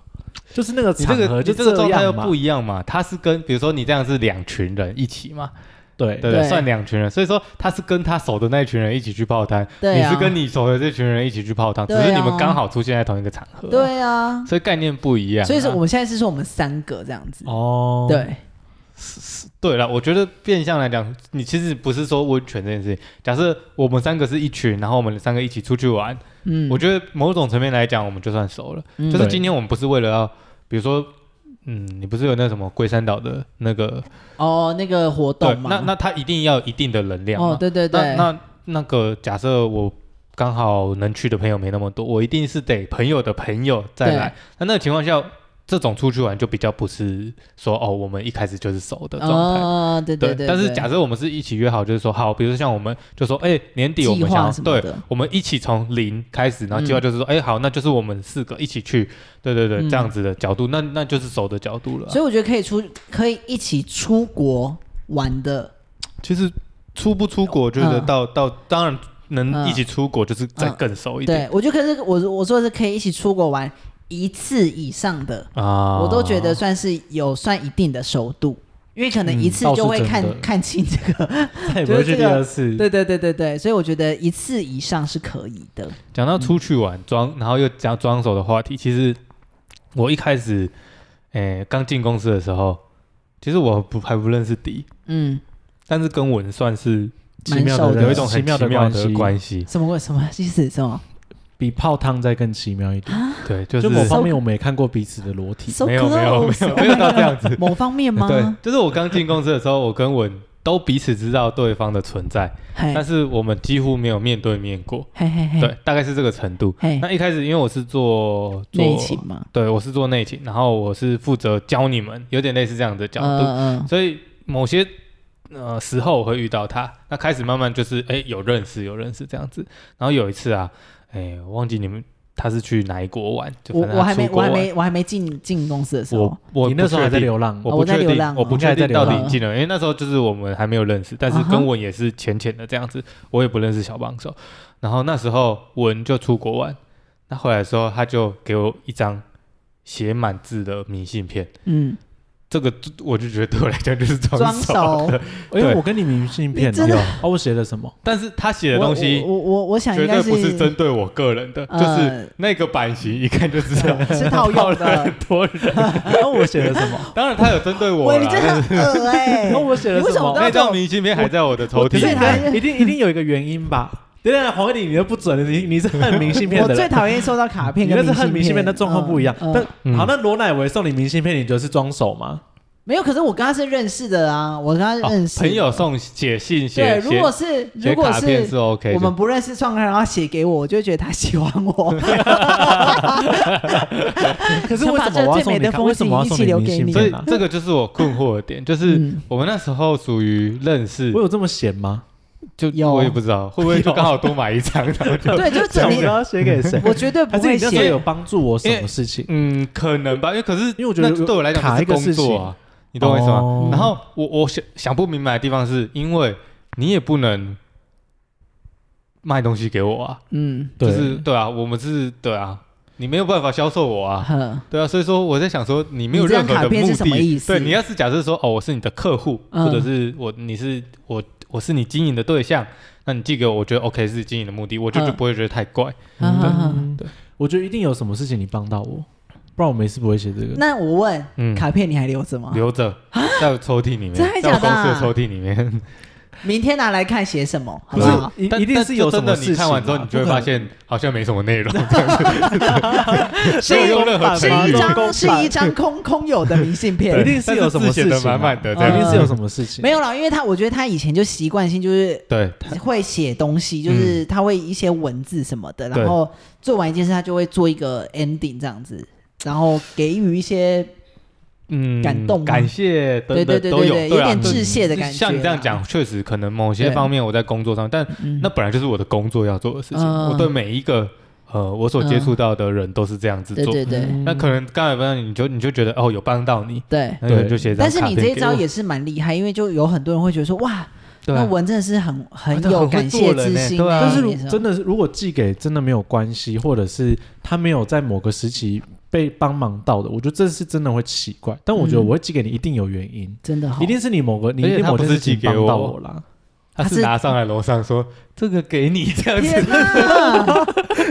Speaker 1: 就是那个
Speaker 3: 你
Speaker 1: 场
Speaker 3: 这
Speaker 1: 合
Speaker 3: 个
Speaker 1: 就
Speaker 3: 你这个状态又
Speaker 1: 样嘛。
Speaker 3: 不一样嘛，他是跟比如说你这样是两群人一起嘛，
Speaker 1: 对
Speaker 3: 对不
Speaker 2: 对
Speaker 3: 算两群人，所以说他是跟他熟的那群人一起去泡汤，
Speaker 2: 对
Speaker 3: 你
Speaker 2: 啊
Speaker 3: 是跟你熟的这群人一起去泡汤，只
Speaker 2: 对啊
Speaker 3: 是你们刚好出现在同一个场合、，
Speaker 2: 对啊，
Speaker 3: 所以概念不一样啊、
Speaker 2: 所以说我们现在是说我们三个这样子，
Speaker 1: 哦，，
Speaker 2: 对，
Speaker 3: 对了，我觉得变相来讲，你其实不是说温泉这件事情。假设我们三个是一群，然后我们三个一起出去玩，
Speaker 2: 嗯，
Speaker 3: 我觉得某种层面来讲，我们就算熟了。
Speaker 2: 嗯
Speaker 3: 就是今天我们不是为了要，比如说，嗯，你不是有那什么龟山岛的那个，
Speaker 2: 哦那个活
Speaker 3: 对
Speaker 2: 动，嘛，
Speaker 3: 那那它一定要有一定的能量嘛。
Speaker 2: 哦对对对，
Speaker 3: 那那那个假设我刚好能去的朋友没那么多，我一定是得朋友的朋友再来。那那个情况下，这种出去玩就比较不是说哦，我们一开始就是熟的状态。
Speaker 2: 哦对对对，
Speaker 3: 但是假设我啊们是一起约好，就是说好，比如说像我们就说，哎、年底我
Speaker 2: 计
Speaker 3: 们想
Speaker 2: 划
Speaker 3: 要
Speaker 2: 什么
Speaker 3: 对，
Speaker 2: 的，嗯
Speaker 3: 我们一起从零开始，然后计划就是说，哎、好，那就是我们四个一起去，对对对，
Speaker 2: 嗯
Speaker 3: 这样子的角度，那那就是走的角度了啊、
Speaker 2: 所以我觉得可以出可以一起出国玩的，
Speaker 3: 其实出不出国，觉得
Speaker 2: 嗯
Speaker 3: 到、到当然能
Speaker 2: 嗯
Speaker 3: 一起出国，就是再更熟一点、
Speaker 2: 对我觉得可是我我说的是可以一起出国玩一次以上的，
Speaker 3: 啊
Speaker 2: 我都觉得算是有算一定的熟度。因为可能一次
Speaker 1: 嗯倒是
Speaker 2: 就会看、
Speaker 1: 真的
Speaker 2: 看清这
Speaker 3: [laughs]
Speaker 2: 个，
Speaker 1: 那也不会去第二次。
Speaker 2: 对对对对对，所以我觉得一次以上是可以的。
Speaker 3: 讲到出去玩装，然后又讲装手的话题，其实我一开始，诶、刚进公司的时候，其实我不还不认识迪，
Speaker 2: 嗯，
Speaker 3: 但是跟文算是
Speaker 1: 奇
Speaker 2: 蛮瘦
Speaker 1: 妙的
Speaker 2: 的
Speaker 1: 人，
Speaker 3: 有一种很
Speaker 1: 奇妙的
Speaker 3: 妙的
Speaker 1: 系，
Speaker 3: 系，
Speaker 2: 什么鬼？什么意思？
Speaker 3: [laughs]
Speaker 2: 什么
Speaker 1: 比泡汤再更奇妙一点。
Speaker 3: 对，就是
Speaker 1: 就某
Speaker 3: 没
Speaker 1: 方面，我们也看过彼此的裸体。
Speaker 2: ？So
Speaker 3: 有没有没
Speaker 2: close！，
Speaker 3: 有没有到这样子
Speaker 2: [laughs] 某方面吗？
Speaker 3: [laughs] 对，就是我刚进公司的时候，我跟文都彼此知道对方的存在，
Speaker 2: 嘿
Speaker 3: 但是我们几乎没有面对面过，
Speaker 2: 嘿嘿嘿，
Speaker 3: 对，大概是这个程度。
Speaker 2: 嘿，
Speaker 3: 那一开始因为我是做做
Speaker 2: 哎内勤嘛，
Speaker 3: 对，我是做内勤，然后我是负责教你们，有点类似这样的角度，
Speaker 2: 嗯嗯
Speaker 3: 所以某些呃时候我会遇到他，那开始慢慢就是哎、有认识有认识这样子，然后有一次啊，哎、我忘记你们他是去哪一国玩，就
Speaker 2: 我
Speaker 3: 反正
Speaker 2: 我
Speaker 3: 他
Speaker 2: 还没
Speaker 3: 出
Speaker 2: 我
Speaker 3: 国
Speaker 2: 还
Speaker 3: 玩
Speaker 2: 没我还没进进公司的时候
Speaker 3: 我，我
Speaker 1: 你那时候还在
Speaker 3: 留，
Speaker 1: 流浪，
Speaker 3: 我
Speaker 2: 哦
Speaker 3: 不
Speaker 2: 我在
Speaker 3: 确
Speaker 2: 流
Speaker 3: 定
Speaker 2: 浪，
Speaker 3: 我不
Speaker 1: 哦
Speaker 3: 确定到底
Speaker 2: 应该在流浪
Speaker 3: 进了，因为那时候就是我们还没有认识，但是
Speaker 2: 嗯哼
Speaker 3: 跟文也是浅浅的这样子，我也不认识小帮手。然后那时候文就出国玩，那回来的时候他就给我一张写满字的明信片，
Speaker 2: 嗯，
Speaker 3: 这个我就觉得对我来讲就是装
Speaker 2: 装
Speaker 3: 熟的。
Speaker 1: 因哎为我跟你明信片
Speaker 2: 你真的
Speaker 1: 哦，哦我写了
Speaker 2: [laughs]
Speaker 1: 什么？
Speaker 3: 但是他写的东西
Speaker 2: 我我我我想
Speaker 3: 绝
Speaker 2: 应该
Speaker 3: 对不是针对我个人的，就是
Speaker 2: 呃
Speaker 3: 那个版型一看就知道
Speaker 2: 呃 [laughs] 是套
Speaker 3: [laughs]
Speaker 2: 用的
Speaker 3: 了很多人。
Speaker 1: 然啊后我写了
Speaker 3: [laughs]
Speaker 1: 什么？
Speaker 3: 当然他有针对我
Speaker 2: 喂，你
Speaker 3: 啦，
Speaker 2: 真的
Speaker 3: 但是 [laughs]
Speaker 2: 很恶哎
Speaker 1: 然后！我写了
Speaker 2: [laughs] 你为
Speaker 1: 什
Speaker 2: 什么
Speaker 1: 么？
Speaker 2: 都
Speaker 3: 那
Speaker 2: 要
Speaker 3: 张明信片还在我的抽
Speaker 1: 可
Speaker 2: 最
Speaker 1: 是
Speaker 3: 屉
Speaker 2: 讨
Speaker 3: 里。
Speaker 2: 厌
Speaker 1: 他一定一定有一个原因吧？等等，黄伟礼，你的不准，你你是恨明信片
Speaker 2: 我
Speaker 1: 的
Speaker 2: 最
Speaker 1: 人。
Speaker 2: 讨厌收到卡片
Speaker 1: 你
Speaker 2: 跟
Speaker 1: 那
Speaker 2: 明
Speaker 1: 是
Speaker 2: 信片，
Speaker 1: 恨明信片，那状况不一样。
Speaker 2: 嗯嗯
Speaker 1: 但好，那罗乃维送你明信片，你觉得是装手吗？
Speaker 2: 没有，可是我跟他是认识的啊，我跟他
Speaker 3: 哦
Speaker 2: 认识、
Speaker 3: 朋友。送写信
Speaker 2: 对，
Speaker 3: 写
Speaker 2: 如果
Speaker 3: 写
Speaker 2: 是
Speaker 3: 写
Speaker 2: 如果
Speaker 3: 卡片是
Speaker 2: 是
Speaker 3: OK
Speaker 2: 我们
Speaker 3: 的，
Speaker 2: 不认识创刊，然后写给我，我就会觉得他喜欢
Speaker 1: [laughs]
Speaker 2: 我。
Speaker 1: 可是为什么我
Speaker 2: 想把
Speaker 1: 要送你
Speaker 2: 这最美的风
Speaker 1: 卡？
Speaker 2: 景
Speaker 1: 为什么我要送你
Speaker 3: 所
Speaker 2: 一起
Speaker 1: 明信
Speaker 2: 留
Speaker 1: 片
Speaker 3: 以
Speaker 1: 呢、啊？
Speaker 3: 这个就是我困惑的点，就是
Speaker 2: 嗯
Speaker 3: 我们那时候属于认识
Speaker 1: 我，有这么闲吗？
Speaker 3: 就
Speaker 2: 有
Speaker 3: 我也不知道会不会就刚好多买一张，然后
Speaker 2: [laughs]
Speaker 3: 就
Speaker 2: 对，就是整
Speaker 1: 想不知
Speaker 2: 年，，
Speaker 1: 道写给谁
Speaker 2: 我绝对不
Speaker 1: 啊 [laughs] 还是
Speaker 2: 会
Speaker 1: 你那时候
Speaker 2: 写
Speaker 1: 有。帮助我什么事情？
Speaker 3: 嗯，可能吧，因为可是因
Speaker 1: 为我觉得
Speaker 3: 对我来讲
Speaker 1: 卡
Speaker 3: 就是
Speaker 1: 一个
Speaker 3: 工
Speaker 1: 事
Speaker 3: 作啊，你懂我意思吗？
Speaker 1: 哦
Speaker 3: 然后我我想想不明白的地方是因为你也不能卖东西给我啊，
Speaker 2: 嗯，
Speaker 1: 对
Speaker 3: 就是对啊，我们是对啊，你没有办法销售我啊，
Speaker 2: 哼，
Speaker 3: 对啊，所以说我在想说你没有
Speaker 2: 你这
Speaker 3: 任
Speaker 2: 张
Speaker 3: 何的
Speaker 2: 卡片
Speaker 3: 目
Speaker 2: 是什么
Speaker 3: 的
Speaker 2: 意，思
Speaker 3: 对你要是假设说哦我是你的客户，
Speaker 2: 嗯
Speaker 3: 或者是我你是我我是你经营的对象，那你寄给我，我觉得 OK 是经营的目的，我就
Speaker 2: 嗯
Speaker 3: 就不会觉得太怪。
Speaker 2: 嗯哼哼
Speaker 1: 嗯
Speaker 3: 对，
Speaker 1: 我觉得一定有什么事情你帮到我，不然我没事不会写这个。
Speaker 2: 那我问，
Speaker 3: 嗯，
Speaker 2: 卡片你还留着吗？
Speaker 3: 留着在我抽屉里面，
Speaker 2: 真的
Speaker 3: 在我
Speaker 2: 假的
Speaker 3: 公
Speaker 2: 啊
Speaker 3: 司的抽屉里面。啊
Speaker 2: 明天拿来看写什么，好不
Speaker 1: 不是
Speaker 2: 好？
Speaker 1: 一
Speaker 3: 但
Speaker 1: 一定
Speaker 3: 但
Speaker 1: 是有什
Speaker 3: 真
Speaker 1: 么
Speaker 3: 的，
Speaker 1: 事
Speaker 3: 你
Speaker 1: 情啊
Speaker 3: 看完之后，你就会发，现好像没什么内容，没有用任何
Speaker 2: 是
Speaker 3: 成语
Speaker 2: 一
Speaker 1: 公
Speaker 2: 张
Speaker 1: 版
Speaker 2: 是一张空空有的明信
Speaker 1: 不可能
Speaker 2: 片
Speaker 1: [laughs] 一，定是有什么
Speaker 3: 但是
Speaker 1: 事
Speaker 3: 字写
Speaker 1: 情
Speaker 3: 得
Speaker 1: 啊，
Speaker 3: 满满的
Speaker 1: 一
Speaker 2: 这样
Speaker 1: 定是有什么事情。
Speaker 2: 没有啦，因为他我觉得他以前就习惯性就是
Speaker 3: [laughs] 对，
Speaker 2: 会写东西，就是他会一些文字什么的，
Speaker 3: 嗯对
Speaker 2: 然后做完一件事，他就会做一个 ending 这样子，然后给予一些
Speaker 3: 嗯，
Speaker 2: 感动吗
Speaker 3: 感谢等
Speaker 2: 对对
Speaker 3: 等
Speaker 2: 对
Speaker 3: 都
Speaker 2: 对
Speaker 3: 有，
Speaker 2: 对，
Speaker 3: 对
Speaker 2: 有
Speaker 3: 啊
Speaker 2: 点
Speaker 3: 对
Speaker 2: 致谢的感觉。
Speaker 3: 像你这样讲，，确实可能某些
Speaker 2: 对
Speaker 3: 方面我在工作上，但
Speaker 2: 嗯
Speaker 3: 那本来就是我的工作要做的事情。
Speaker 2: 嗯
Speaker 3: 我对每一个呃我所接触到的人都是这样子
Speaker 2: 对
Speaker 3: 做。
Speaker 2: 对对
Speaker 1: 嗯
Speaker 3: 那可能刚才不然你就你就觉得哦有帮到你，
Speaker 2: 对。
Speaker 3: 那你
Speaker 1: 对
Speaker 3: 就写张
Speaker 2: 但是
Speaker 3: 卡
Speaker 2: 你
Speaker 3: 片
Speaker 2: 这一
Speaker 3: 给
Speaker 2: 招
Speaker 3: 我
Speaker 2: 也是蛮厉害，因为就有很多人会觉得说，哇，
Speaker 3: 对
Speaker 2: 那
Speaker 3: 啊
Speaker 2: 文真的是很很
Speaker 3: 啊这
Speaker 2: 有
Speaker 3: 很会
Speaker 2: 感
Speaker 3: 做
Speaker 2: 谢
Speaker 3: 人
Speaker 2: 之
Speaker 3: 欸
Speaker 2: 心
Speaker 3: 对
Speaker 2: 欸，
Speaker 3: 啊
Speaker 1: 但是如
Speaker 2: 你知道
Speaker 1: 真的是，如果寄给真的没有关系，或者是他没有在某个时期被帮忙到的，我觉得这是真的会奇怪。但我觉得
Speaker 2: 嗯
Speaker 1: 我会寄给你，一定有原因，
Speaker 2: 真的好
Speaker 1: 一定是你某个你
Speaker 3: 而
Speaker 1: 一
Speaker 3: 且
Speaker 1: 定
Speaker 3: 他
Speaker 1: 某
Speaker 3: 不
Speaker 1: 件
Speaker 3: 是
Speaker 1: 事
Speaker 3: 寄
Speaker 1: 情
Speaker 3: 给
Speaker 1: 帮到
Speaker 3: 我
Speaker 1: 我啦。
Speaker 3: 他
Speaker 2: 他
Speaker 3: 是
Speaker 2: 是
Speaker 3: 拿上来楼上说这个给你这样
Speaker 2: 天
Speaker 3: 子，
Speaker 2: 哪！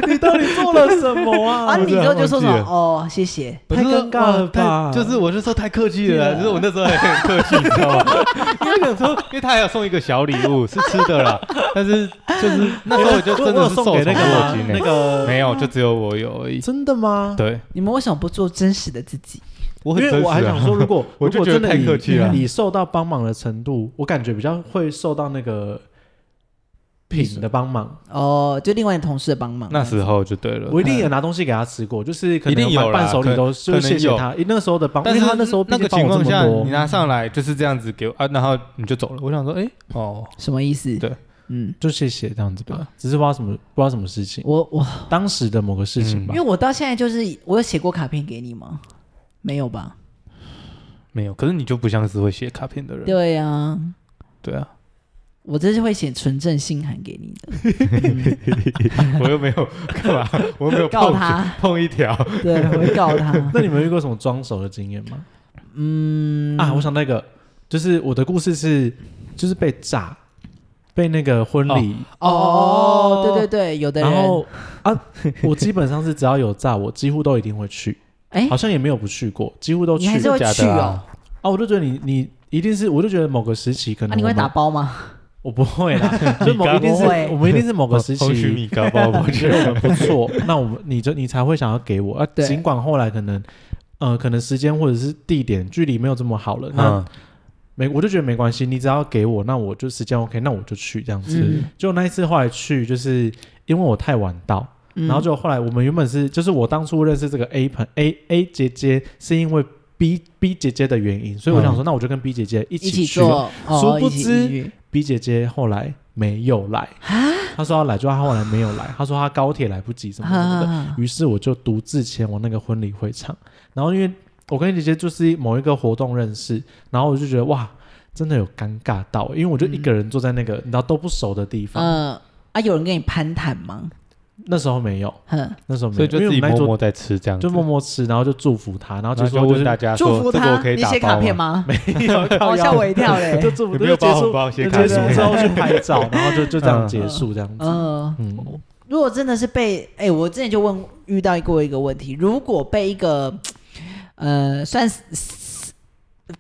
Speaker 1: 你到底做了什
Speaker 2: [laughs]
Speaker 1: 么
Speaker 2: 啊，
Speaker 1: 啊？
Speaker 2: 你之后就说什
Speaker 3: 我真的忘
Speaker 2: 么
Speaker 3: 记了
Speaker 2: 哦，谢谢。
Speaker 1: 太尴尬了吧？
Speaker 3: 就是我是说太客气了啦，
Speaker 2: 啊
Speaker 3: 就是我那时候也很客气，你知道吗？ [laughs] 因为想说，因为他还有送一个小礼物，是吃的啦，但是就是那时候我就真
Speaker 1: 我
Speaker 3: 的
Speaker 1: 有
Speaker 3: 是受
Speaker 1: 送
Speaker 3: 宠
Speaker 1: 给
Speaker 3: 若
Speaker 1: 那个吗
Speaker 3: 惊
Speaker 1: 那
Speaker 3: 欸，
Speaker 1: 个
Speaker 3: 没有，就只有我有而已。
Speaker 1: 真的吗？
Speaker 3: 对，
Speaker 2: 你们为什么不做真实的自己？
Speaker 3: 我很
Speaker 1: 因为
Speaker 3: 真
Speaker 1: 我还
Speaker 3: 实啊
Speaker 1: 想说，
Speaker 3: [laughs]
Speaker 1: 如果
Speaker 3: 我
Speaker 1: 如
Speaker 3: 就
Speaker 1: 果
Speaker 3: 觉得
Speaker 1: 真的
Speaker 3: 太客气了
Speaker 1: 以以受到帮忙的程度，我感觉比较会受到那个品的帮忙。
Speaker 2: 哦，就另外的同事的帮
Speaker 1: 啊
Speaker 2: 忙。啊
Speaker 3: 那时候就对了
Speaker 1: 我。一定也拿东西给他吃过，就是可
Speaker 3: 一定
Speaker 1: 能
Speaker 3: 有
Speaker 1: 把
Speaker 3: 啦
Speaker 1: 伴手礼都
Speaker 3: 可
Speaker 1: 是
Speaker 3: 能
Speaker 1: 谢谢
Speaker 3: 有
Speaker 1: 他，因为那时候的帮，
Speaker 3: 但
Speaker 1: 因
Speaker 3: 是
Speaker 1: 为他那时候毕
Speaker 3: 那
Speaker 1: 竟
Speaker 3: 个
Speaker 1: 帮
Speaker 3: 情
Speaker 1: 我
Speaker 3: 况
Speaker 1: 这么
Speaker 3: 下，
Speaker 1: 多
Speaker 3: 你，拿上来就是这样子给我啊，然后你就走了。我想说，哎，哦，
Speaker 2: 什么意思？
Speaker 3: 对，
Speaker 2: 嗯，
Speaker 1: 就谢谢这样子
Speaker 3: 对
Speaker 1: 吧。只是不知道什么不知道什么事情，
Speaker 2: 我我
Speaker 1: 当时的某个事情
Speaker 3: 嗯
Speaker 1: 吧
Speaker 2: 因为。我到现在就是我有写过卡片给你吗？没有吧？
Speaker 3: 没有。可是你就不像是会写卡片的人，
Speaker 2: 对呀、
Speaker 3: 对啊， [laughs]
Speaker 2: 我这是会写纯正信函给你
Speaker 1: [laughs]
Speaker 2: 的，
Speaker 3: 我又没有干嘛，我又没有
Speaker 2: 告
Speaker 3: 碰
Speaker 2: 他，
Speaker 3: 碰一条，
Speaker 2: 对，我会告
Speaker 1: [laughs]
Speaker 2: 他。
Speaker 1: [laughs] 那你们有遇过什么装手的经验吗？
Speaker 2: 嗯
Speaker 1: 啊，我想那个就是我的故事是，就是被炸，被那个婚礼
Speaker 2: 哦，对对对，有的
Speaker 1: 然
Speaker 2: 人
Speaker 1: 后
Speaker 2: [laughs]
Speaker 1: 啊，我基本上是只要有炸，我几乎都一定会去，
Speaker 2: 哎
Speaker 1: 好，像也没有不去过，几乎都去
Speaker 2: 你还是会去
Speaker 3: 假的
Speaker 2: 哦
Speaker 3: 啊？
Speaker 1: 啊。我就觉得你你一定是，我就觉得某个时期可
Speaker 2: 啊，
Speaker 1: 能
Speaker 2: 你会
Speaker 1: 我们
Speaker 2: 打，包吗？
Speaker 1: 我不
Speaker 2: [laughs]
Speaker 1: 会啦，就某
Speaker 3: 你
Speaker 1: 一
Speaker 3: 刚
Speaker 1: 定是
Speaker 2: 不会
Speaker 1: 我们一定是某个时
Speaker 3: 红曲
Speaker 1: 期嗯
Speaker 3: 米糕包我
Speaker 1: 觉 [laughs]
Speaker 3: 去。
Speaker 1: 得我们不错，那我们你就你才会想要给我啊。
Speaker 2: 对
Speaker 1: 尽管后来可能呃可能时间或者是地点距离没有这么好了，那
Speaker 3: 嗯，
Speaker 1: 没我就觉得没关系，你只要给我，那我就时间 OK，那我就去这样子。
Speaker 2: 嗯
Speaker 1: 就那一次后来去，就是因为我太晚到。
Speaker 2: 嗯
Speaker 1: 然后就后来我们原本是，就是我当初认识这个 A 朋 A A 姐姐，是因为 B B 姐姐的原因，所以我想说，那我就跟 B 姐姐
Speaker 2: 嗯
Speaker 1: 一
Speaker 2: 一
Speaker 1: 起
Speaker 2: 起
Speaker 1: 去。
Speaker 2: 做，哦
Speaker 1: 殊不
Speaker 2: 一起啊
Speaker 1: 知
Speaker 2: 一起
Speaker 1: B 姐姐后来没有来，她说要来，就她后来没有来，她说她高铁来不及什么什么的。
Speaker 2: 啊
Speaker 1: 于是我就独自前往那个婚礼会场，然后因为我跟姐姐就是某一个活动认识，然后我就觉得哇，真的有尴尬到，
Speaker 2: 嗯呃
Speaker 1: 因为我就一个人坐在那个你知道都不熟的地方，
Speaker 2: 嗯啊，有人跟你攀谈吗？
Speaker 1: 那时候没有，
Speaker 2: 哼，
Speaker 1: 那时候没
Speaker 3: 所
Speaker 1: 有，
Speaker 3: 以就
Speaker 1: 因为
Speaker 3: 自
Speaker 1: 我
Speaker 3: 己
Speaker 1: 们那
Speaker 3: 默
Speaker 1: 一桌
Speaker 3: 默在吃这样子，
Speaker 1: 就默默吃，然后就祝福他，然后
Speaker 3: 然
Speaker 1: 就
Speaker 3: 后
Speaker 1: 说
Speaker 3: 就
Speaker 1: 就是
Speaker 3: 问大家
Speaker 2: 祝福
Speaker 3: 说这个我
Speaker 2: 他，
Speaker 3: 可以
Speaker 2: 你
Speaker 3: 打
Speaker 2: 写卡
Speaker 3: 包 [laughs]
Speaker 2: 片
Speaker 3: 吗？
Speaker 2: 吗？
Speaker 1: 没有，
Speaker 2: 哦，吓我一跳
Speaker 1: [laughs]
Speaker 2: 嘞。
Speaker 1: 就祝福
Speaker 3: 有没有
Speaker 1: 就结
Speaker 3: 包红
Speaker 1: 束，
Speaker 3: 包写
Speaker 1: 就
Speaker 3: 卡
Speaker 1: 结束之
Speaker 3: 片？
Speaker 1: 后去拍
Speaker 3: [laughs]
Speaker 1: 照，然后就就这样
Speaker 3: 嗯
Speaker 1: 结束这样子。
Speaker 2: 嗯，
Speaker 1: 嗯，
Speaker 2: 如果真的是被，哎、我之前就问遇到过一个问题，如果被一个，呃，算是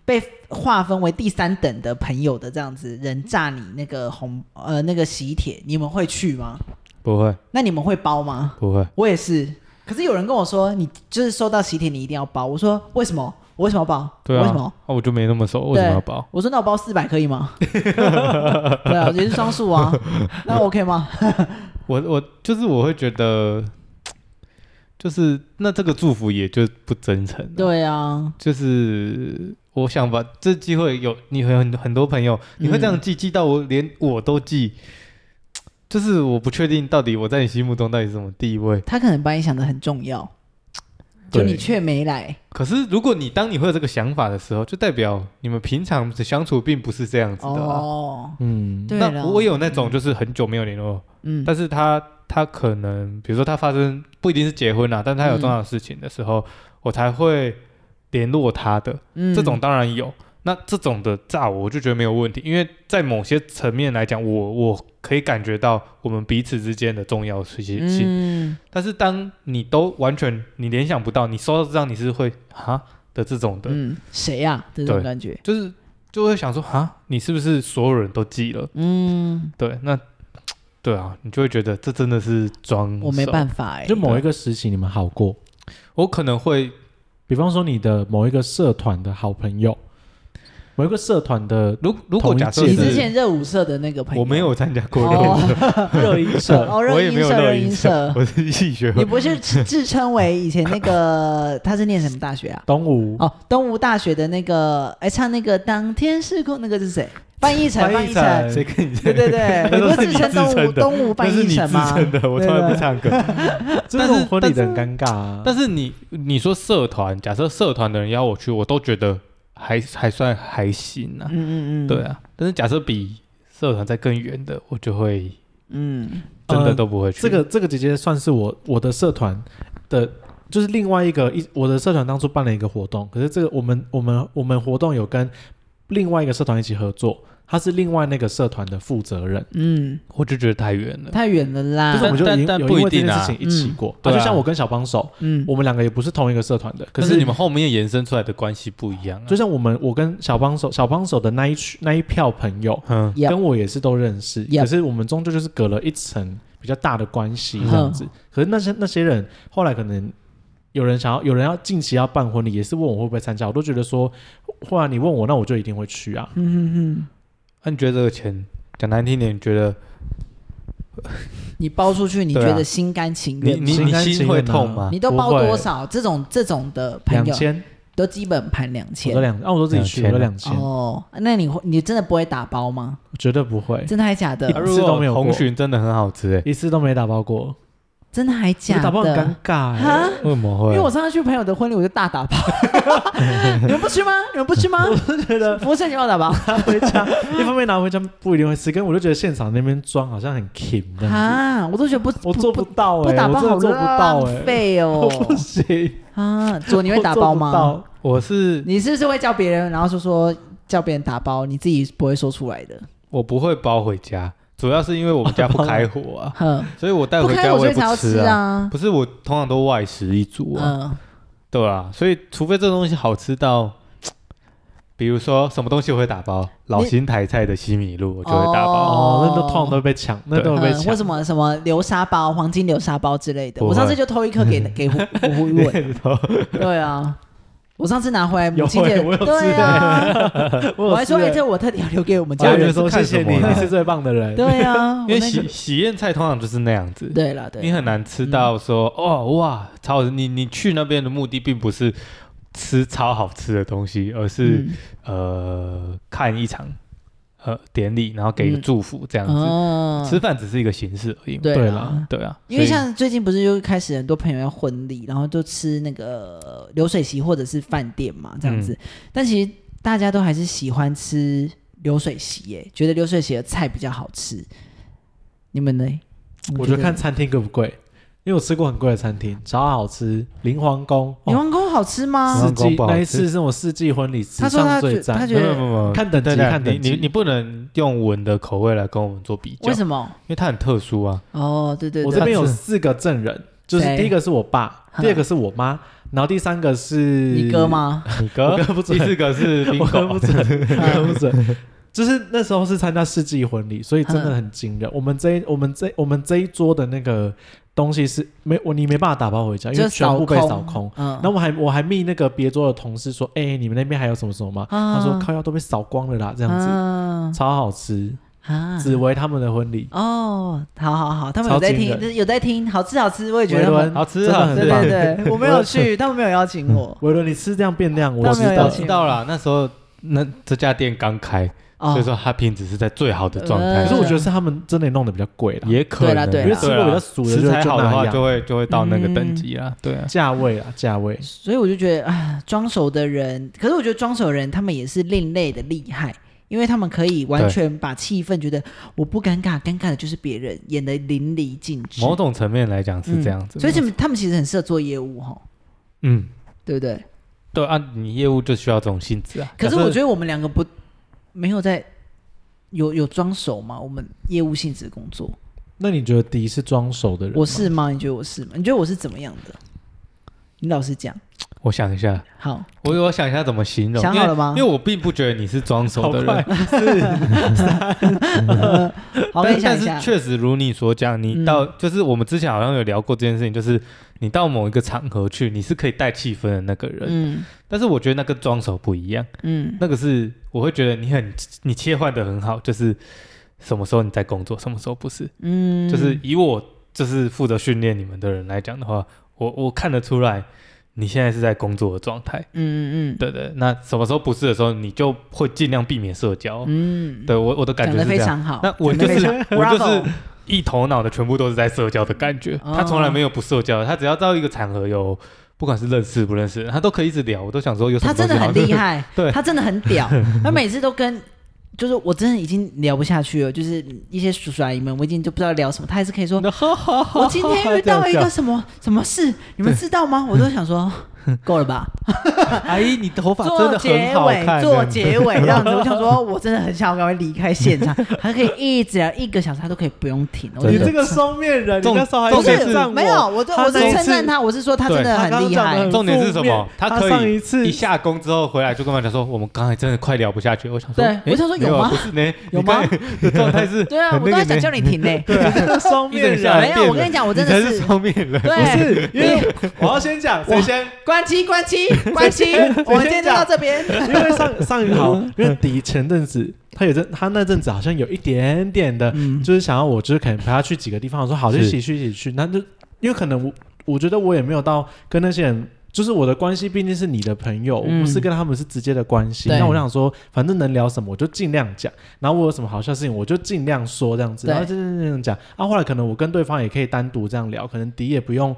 Speaker 2: 被划分为第三等的朋友的这样子人炸你那个红呃那个喜帖，你们会去吗？
Speaker 3: 不会
Speaker 2: 那你们会包吗？
Speaker 3: 不会，
Speaker 2: 我也是，可是有人跟我说，你就是收到喜帖你一定要包，我说为什么？我为什么要包？
Speaker 3: 对啊，
Speaker 2: 为什么？
Speaker 3: 啊我就没那么熟，为什么要包？
Speaker 2: 我说那我包四百可以吗？ [laughs] 对啊，也是双数啊，那 OK 吗？
Speaker 3: 我我就是我会觉得，就是那这个祝福也就不真诚了。
Speaker 2: 对啊，
Speaker 3: 就是我想把这机会有你很很很多朋友，你会这
Speaker 2: 嗯
Speaker 3: 样记、记到我连我都记，就是我不确定到底我在你心目中到底是什么地位。
Speaker 2: 他可能把你想的很重要，就
Speaker 1: 对
Speaker 2: 你却没来。
Speaker 3: 可是如果你当你会有这个想法的时候，就代表你们平常的相处并不是这样子的、啊。
Speaker 2: 哦，
Speaker 1: 嗯，
Speaker 2: 对
Speaker 3: 那
Speaker 2: 了，
Speaker 3: 我有那种就是很久没有联络，
Speaker 2: 嗯
Speaker 3: 但是他他可能比如说他发生不一定是结婚啊啦、但他有
Speaker 2: 嗯
Speaker 3: 重要的事情的时候，我才会联络他的。
Speaker 2: 嗯
Speaker 3: 这种当然有。那这种的炸我，我就觉得没有问题，因为在某些层面来讲，我我可以感觉到我们彼此之间的重要性性。
Speaker 2: 嗯
Speaker 3: 但是当你都完全你联想不到，你收到这张你是会哈的这种的，
Speaker 2: 嗯，谁呀？这种
Speaker 3: 对
Speaker 2: 感觉，
Speaker 3: 就是就会想说哈，你是不是所有人都记了？
Speaker 2: 嗯，
Speaker 3: 对，那对啊，你就会觉得这真的是装。
Speaker 2: 我没
Speaker 3: 法，
Speaker 2: 办法哎
Speaker 1: 就，
Speaker 3: 啊
Speaker 1: 某一个时期你们好过，
Speaker 3: 我可能会
Speaker 1: 比方说你的某一个社团的好朋友，某一个社团的
Speaker 3: 如如果
Speaker 1: 同一
Speaker 3: 假设
Speaker 1: 届
Speaker 2: 你
Speaker 1: 的
Speaker 2: 之
Speaker 3: 是
Speaker 2: 前热舞社的那个朋友，
Speaker 3: 我没有参加过
Speaker 2: 哦
Speaker 3: 热 [laughs] 舞社，
Speaker 1: 热音社，
Speaker 2: [laughs] 哦，热
Speaker 3: 我也
Speaker 2: 音
Speaker 3: 没有
Speaker 2: 社，
Speaker 3: 热
Speaker 2: 热
Speaker 3: 音
Speaker 2: 音社，
Speaker 3: [laughs] 我是戏学
Speaker 2: 你
Speaker 3: 会，
Speaker 2: 不是自自称为以前那个他是念什么大学啊？
Speaker 1: 东吴，
Speaker 2: 哦，东吴大学的那个，哎，唱那个《当天是空》那个是谁？范逸臣，
Speaker 3: 翻
Speaker 2: 范
Speaker 3: 译
Speaker 2: 逸
Speaker 3: 成
Speaker 2: 臣，
Speaker 3: 谁跟你
Speaker 2: 对对对，
Speaker 3: [laughs] 那
Speaker 2: 你
Speaker 3: 都
Speaker 2: 不
Speaker 3: 是
Speaker 2: 自称
Speaker 3: 你自
Speaker 2: 东
Speaker 3: 称
Speaker 2: 吴
Speaker 3: 的
Speaker 2: 东吴
Speaker 3: 那
Speaker 2: 翻
Speaker 3: 是
Speaker 2: 译
Speaker 3: 你自
Speaker 2: 臣吗？
Speaker 3: 称的，我从来不唱歌。
Speaker 1: 这
Speaker 3: 但
Speaker 1: 种
Speaker 3: 是
Speaker 1: 婚礼的很尴尬啊。
Speaker 3: 但是你你说社团，假设社团的人邀我去，我都觉得还还算还行啊。
Speaker 2: 嗯嗯嗯，
Speaker 3: 对，啊，但是假设比社团在更远的，我就会
Speaker 2: 嗯
Speaker 3: 真的
Speaker 1: 呃
Speaker 3: 都不会去。
Speaker 1: 这个这个姐姐算是我我的社团的，就是另外一个一我的社团当初办了一个活动，可是这个我们我们我们活动有跟另外一个社团一起合作，他是另外那个社团的负责人，
Speaker 2: 嗯，
Speaker 3: 我就觉得太远了。
Speaker 2: 太远了啦，
Speaker 1: 就是我们就
Speaker 3: 啊但
Speaker 1: 已经
Speaker 3: 但
Speaker 1: 有
Speaker 3: 不
Speaker 1: 因
Speaker 3: 一
Speaker 1: 为这
Speaker 3: 定
Speaker 1: 件
Speaker 3: 啊
Speaker 1: 事情一起过，
Speaker 3: 对
Speaker 1: 啊
Speaker 3: 啊
Speaker 1: 就像我跟小帮手，
Speaker 2: 嗯
Speaker 1: 我们两个也不是同一个社团的，
Speaker 3: 可
Speaker 1: 可是
Speaker 3: 是你们后面延伸出来的关系不一样啊。
Speaker 1: 就像我们我跟小帮手小帮手的那一群那一票朋友，
Speaker 3: 嗯，
Speaker 2: Yep
Speaker 1: 跟我也是都认识
Speaker 2: Yep
Speaker 1: 可是我们终究就是隔了一层比较大的关系
Speaker 2: 嗯
Speaker 1: 这样子。可是那些那些人后来可能有人想要，有人要近期要办婚礼，也是问我会不会参加，我都觉得说，忽然你问我，那我就一定会去啊。
Speaker 2: 嗯嗯
Speaker 3: 那你觉得这个钱讲难听点，你觉得
Speaker 2: 嗯，你包出去，你觉
Speaker 3: 对啊
Speaker 2: 得心甘情
Speaker 3: 你
Speaker 2: 愿吗？
Speaker 3: 你
Speaker 1: 心
Speaker 3: 你
Speaker 1: 甘情
Speaker 3: 心
Speaker 1: 愿
Speaker 3: 会
Speaker 1: 啊
Speaker 3: 痛吗？
Speaker 2: 你都包
Speaker 1: 不会
Speaker 2: 多少？这种这种的朋
Speaker 1: 两
Speaker 2: 友
Speaker 1: 千，
Speaker 2: 都基本盘两
Speaker 1: 我说
Speaker 2: 千。
Speaker 1: 两，啊，我说自己去，我
Speaker 3: 两千啊
Speaker 1: 说两千，
Speaker 2: 哦，那你会你真的不会打包吗？
Speaker 1: 绝对不会，
Speaker 2: 真的还假 [laughs]
Speaker 3: 啊
Speaker 1: 一
Speaker 2: 的？
Speaker 1: 次
Speaker 3: 如
Speaker 1: 都
Speaker 3: 果
Speaker 1: 没有过
Speaker 3: 红鲟真的很好吃欸诶，
Speaker 1: 一次都没打包过，
Speaker 2: 真的还
Speaker 1: 我
Speaker 2: 假的？
Speaker 1: 打包很尴尬、欸。
Speaker 2: 哈
Speaker 3: 为什么
Speaker 2: 因
Speaker 3: 会
Speaker 2: 为？我上次去朋友的婚礼，我就大
Speaker 1: [laughs]
Speaker 2: 打包。你们不吃吗？你们不吃吗？我觉得服务生就要打包
Speaker 1: 拿回家， [laughs] 一方面拿回家不一定会吃，跟我就觉得现场那边装好像很 king 这样子
Speaker 2: 啊！我都觉得不
Speaker 1: 我做不到哎、
Speaker 2: 不打
Speaker 1: 我
Speaker 2: 包
Speaker 1: 真
Speaker 2: 好
Speaker 1: 的做不到哎、
Speaker 2: 浪费
Speaker 1: 我
Speaker 2: 哦
Speaker 1: 不行。
Speaker 2: 啊！左你会打包
Speaker 1: 我做
Speaker 2: 吗？
Speaker 1: 不到？
Speaker 3: 我是
Speaker 2: 你是不是会叫别人，然后就说叫别人打包，你自己不会说出来的？
Speaker 3: 我不会包回家，主要是因为我们家不开火
Speaker 2: [laughs]
Speaker 3: 啊，
Speaker 2: 哼，
Speaker 3: 所以我带
Speaker 2: 不
Speaker 3: 回
Speaker 2: 开
Speaker 3: 家
Speaker 2: 我
Speaker 3: 我
Speaker 2: 所
Speaker 3: 也
Speaker 2: 以才要
Speaker 3: 不吃
Speaker 2: 吃
Speaker 3: 啊。
Speaker 2: 啊。
Speaker 3: 不是我通常都外食一族啊，
Speaker 2: 嗯，
Speaker 3: 对啊，所以除非这东西好吃到，比如说什么东西我会打包，老新台菜的西米露我就会打包，
Speaker 1: 哦，那都通常都会被抢，那都会被
Speaker 2: 嗯，
Speaker 1: 抢。
Speaker 2: 为什么什么流沙包、黄金流沙包之类的？
Speaker 3: 不会
Speaker 2: 我上次就偷一颗给给胡胡胡
Speaker 3: [laughs]
Speaker 2: 一文，对啊，我上次拿回来母亲节，
Speaker 1: 有欸我有吃
Speaker 2: 对啊，
Speaker 1: 我
Speaker 2: 我
Speaker 1: 有
Speaker 2: 还说
Speaker 1: 吃
Speaker 2: 哎，
Speaker 1: 欸
Speaker 2: 这我特地要留给我们
Speaker 1: 家
Speaker 2: 家
Speaker 1: 人
Speaker 2: 人。
Speaker 1: 说谢谢你，
Speaker 3: 看什么
Speaker 1: 你
Speaker 3: 啦
Speaker 1: 是最棒的人。
Speaker 2: 啊对啊，
Speaker 3: 因为
Speaker 2: 我那个
Speaker 3: 喜喜宴菜通常就是那样子，
Speaker 2: 对了对啦，
Speaker 3: 你很难吃到说、哦哇超好吃，你你去那边的目的并不是吃超好吃的东西，而是、
Speaker 2: 嗯
Speaker 3: 呃看一场呃典礼，然后给一个
Speaker 2: 嗯
Speaker 3: 祝福这样子，
Speaker 2: 哦
Speaker 3: 吃饭只是一个形式而已嘛，
Speaker 2: 对
Speaker 1: 对
Speaker 2: 啦
Speaker 1: 啦。
Speaker 3: 对啊，
Speaker 2: 因为
Speaker 3: 所以
Speaker 2: 像最近不是就开始很多朋友要婚礼，然后就吃那个流水席或者是饭店嘛这样子，
Speaker 3: 嗯
Speaker 2: 但其实大家都还是喜欢吃流水席耶，觉得流水席的菜比较好吃。你们呢？
Speaker 1: 我觉得
Speaker 2: 你
Speaker 1: 看餐厅贵不贵，因为我吃过很贵的餐厅，超好吃，林皇宫，
Speaker 2: 牛
Speaker 1: 哦、
Speaker 2: 王宫好吃吗？
Speaker 1: 世
Speaker 3: 皇宫
Speaker 1: 纪
Speaker 3: 不好
Speaker 1: 那一
Speaker 3: 吃
Speaker 1: 次是我世纪婚礼史
Speaker 2: 他说他
Speaker 1: 上最
Speaker 2: 觉
Speaker 1: 赞
Speaker 2: 他，觉
Speaker 3: 没有
Speaker 2: 得
Speaker 3: 没有没有，
Speaker 1: 看等级
Speaker 3: 对对
Speaker 1: 看等
Speaker 3: 你你
Speaker 1: 级
Speaker 3: 你不能用闻的口味来跟我们做比较，
Speaker 2: 为
Speaker 3: 因
Speaker 2: 什么？
Speaker 3: 为它很特殊啊。
Speaker 2: 哦，对对
Speaker 1: 我
Speaker 2: 对
Speaker 1: 这，边有
Speaker 3: 他是
Speaker 1: 四个证人，就是
Speaker 2: 谁
Speaker 1: 第一个是我
Speaker 2: [laughs]
Speaker 1: 爸，
Speaker 2: 嗯
Speaker 1: 第二个是我妈，然后第三个是
Speaker 2: 你哥？吗？
Speaker 3: 你哥
Speaker 1: 我哥不准
Speaker 3: 第四个是
Speaker 1: 我哥
Speaker 3: bingo，
Speaker 1: 不准， [laughs] 我哥不
Speaker 3: [laughs]
Speaker 1: 准。就是那时候是参加世纪婚礼，所以真
Speaker 2: 嗯
Speaker 1: 的很惊人。我们这一我们这我们这一桌的那个东西是没我你没办法打包回家，因
Speaker 2: 就
Speaker 1: 为
Speaker 2: 是
Speaker 1: 全
Speaker 2: 扫
Speaker 1: 部被扫空
Speaker 2: 空。，嗯
Speaker 1: 然后我还我还密那个别桌的同事说，哎、你们那边还有什么什么吗？
Speaker 2: 啊
Speaker 1: 他说靠腰都被扫光了啦，
Speaker 2: 这
Speaker 1: 这样子、
Speaker 2: 子
Speaker 1: 超好吃。
Speaker 2: 啊
Speaker 1: 紫薇他们的婚礼，
Speaker 2: 哦，好好好，他们有在
Speaker 1: 超惊
Speaker 2: 听，
Speaker 1: 人
Speaker 2: 有在听，好吃好吃，啊我也觉得他
Speaker 1: 维
Speaker 2: 们
Speaker 1: 伦
Speaker 3: 好吃
Speaker 1: 真的
Speaker 3: 好
Speaker 1: 很
Speaker 2: 对
Speaker 1: 棒 [laughs]
Speaker 2: 对对，我没有去，他们没有邀请我。
Speaker 1: 维伦你吃这样变那样，我
Speaker 2: 他
Speaker 1: 知
Speaker 2: 没有
Speaker 1: 道
Speaker 2: 邀
Speaker 3: 我
Speaker 1: 了
Speaker 2: 请
Speaker 3: 知道啦，那时候那这家店刚开，
Speaker 2: 哦
Speaker 3: 所以，说它品质是在最好的状态。
Speaker 2: 嗯
Speaker 1: 可是我觉得是他们真的弄得比较贵啦，
Speaker 3: 也可能，
Speaker 2: 对啦对啦嗯
Speaker 1: 因为吃过比较熟的
Speaker 3: 食
Speaker 1: 就
Speaker 3: 材
Speaker 1: 就
Speaker 3: 好的
Speaker 1: 那
Speaker 3: 话，就
Speaker 1: 样，
Speaker 3: 会就会到那个等级啦。对啊，
Speaker 1: 价位啊价位。
Speaker 2: 所以我就觉得啊，装手的人，可是我觉得装手的人他们也是另类的厉害，因为他们可以完全把气氛觉得我不尴尬，尴尬的就是别人演的淋漓尽致。
Speaker 3: 某种层面来讲是这样子。
Speaker 2: 嗯所以他们他们其实很适合做业务哈，
Speaker 3: 嗯，
Speaker 2: 对不对？
Speaker 3: 对啊，你业务就需要这种性质啊。
Speaker 2: 可是
Speaker 3: 假设
Speaker 2: 我觉得我们两个不没有在有有装手嘛，我们业务性质的工作，
Speaker 1: 那你觉得迪是装熟的人？
Speaker 2: 我，是
Speaker 3: 嗯
Speaker 2: 吗？你觉得我是吗？你觉得我是怎么样的？你老实讲，
Speaker 3: 我想一下，
Speaker 2: 好，
Speaker 3: 我我想一下怎么形容，
Speaker 2: 想好了吗
Speaker 3: 因
Speaker 2: [laughs]
Speaker 3: 为因为我并不觉得你是装熟的
Speaker 1: 好
Speaker 3: 人，
Speaker 2: 好，我跟
Speaker 3: 但
Speaker 2: 你想
Speaker 3: 但
Speaker 2: 一下
Speaker 3: 是，确实如你所讲，
Speaker 2: 嗯
Speaker 3: 你到、就是我们之前好像有聊过这件事情，就是你到某一个场合去，你是可以带气氛的那个人，
Speaker 2: 嗯
Speaker 3: 但是我觉得那跟装熟不一样，
Speaker 2: 嗯，
Speaker 3: 那个是我会觉得你很你切换的很好，就是什么时候你在工作，什么时候不是，
Speaker 2: 嗯，
Speaker 3: 就是以我就是负责训练你们的人来讲的话，我我看得出来你现在是在工作的状态。
Speaker 2: 嗯嗯
Speaker 3: 对对，那什么时候不是的时候，你就会尽量避免社交。
Speaker 2: 嗯，
Speaker 3: 对我我的感
Speaker 2: 讲
Speaker 3: 觉是
Speaker 2: 的
Speaker 3: 这
Speaker 2: 非
Speaker 3: 样。
Speaker 2: 常好。
Speaker 3: 那我
Speaker 2: 讲得
Speaker 3: 就
Speaker 2: 非
Speaker 3: 是
Speaker 2: 常
Speaker 3: [laughs] 我就
Speaker 2: Bravo
Speaker 3: 是一头脑的全部都是在社交的感觉，
Speaker 2: 哦
Speaker 3: 他从来没有不社交，他只要到一个场合有，不管是认识不认识，他都可以一直聊。我都想说有什
Speaker 2: 他
Speaker 3: 么
Speaker 2: 真的很
Speaker 3: 东西
Speaker 2: 厉
Speaker 3: 好
Speaker 2: 害，
Speaker 3: [laughs] 对
Speaker 2: 他真的很
Speaker 3: [laughs]
Speaker 2: 屌，他每次都跟。就是我真的已经聊不下去了，就是一些叔叔阿姨们，我已经就不知道聊什么，他还是可以说，我今天遇到一个什么什么事，你们知道吗？我都想
Speaker 3: [laughs]
Speaker 2: 说够了吧，
Speaker 3: 阿姨，你头发真
Speaker 2: 做
Speaker 3: 的
Speaker 2: 结
Speaker 3: 很好看，
Speaker 2: 尾，做结尾这样子，我想
Speaker 3: [laughs]
Speaker 2: 说我真的很想赶快离开现场，还可以一直聊一个小时，他都可以不用停，我
Speaker 3: 真
Speaker 1: 哦你
Speaker 3: 的
Speaker 2: 觉得
Speaker 1: 这个双面人，你
Speaker 3: 重
Speaker 1: 那时候还
Speaker 3: 重
Speaker 2: 不
Speaker 3: 点
Speaker 1: 称
Speaker 3: 是
Speaker 2: 是
Speaker 1: 赞我
Speaker 2: 没有，我就
Speaker 1: 他
Speaker 2: 我是
Speaker 1: 那一
Speaker 2: 称
Speaker 1: 次
Speaker 2: 赞他，我是说他真的
Speaker 1: 他刚
Speaker 2: 很
Speaker 1: 刚
Speaker 2: 厉
Speaker 1: 讲得
Speaker 2: 害
Speaker 1: 很，
Speaker 3: 重点是什么
Speaker 1: 负面
Speaker 3: 他
Speaker 1: 他
Speaker 3: 可以
Speaker 1: 上一次
Speaker 3: 一下工之后回来就跟我讲说，我们刚才真的快聊不下去。我想说，
Speaker 2: 对
Speaker 3: 诶
Speaker 2: 我想说有
Speaker 3: 没啊
Speaker 2: 吗
Speaker 3: 不是呢，
Speaker 2: 有
Speaker 3: 你刚才的状态是
Speaker 2: [laughs] 对啊，
Speaker 3: 很
Speaker 2: 我都
Speaker 3: [laughs] 那个
Speaker 2: 在想
Speaker 3: 呢
Speaker 2: 叫你停嘞，
Speaker 1: 对，这个双
Speaker 3: 一
Speaker 1: 面
Speaker 3: 整
Speaker 1: 人
Speaker 3: 下来
Speaker 2: 没有，
Speaker 3: 变
Speaker 2: 我跟你讲，我真
Speaker 3: 你才
Speaker 2: 的
Speaker 3: 是双面人，
Speaker 2: 对，啊
Speaker 1: 是因为我要先讲，谁先？
Speaker 2: [laughs] 关机关机 [laughs] 关机，我们今天就到这边。
Speaker 1: 因为上上一好，因为迪前阵子他有阵，他那阵子好像有一点点的，
Speaker 2: 嗯
Speaker 1: 就是想要我就是可能陪他去几个地方，我说好就是一起去一起去，那就因为可能我我觉得我也没有到跟那些人。就是我的关系毕竟是你的朋友，
Speaker 2: 嗯
Speaker 1: 我不是跟他们是直接的关系。
Speaker 2: 对
Speaker 1: 那我想说，反正能聊什么我就尽量讲，然后我有什么好笑的事情我就尽量说这样子，
Speaker 2: 对
Speaker 1: 然后就这样讲。啊，后来可能我跟对方也可以单独这样聊，可能迪也不用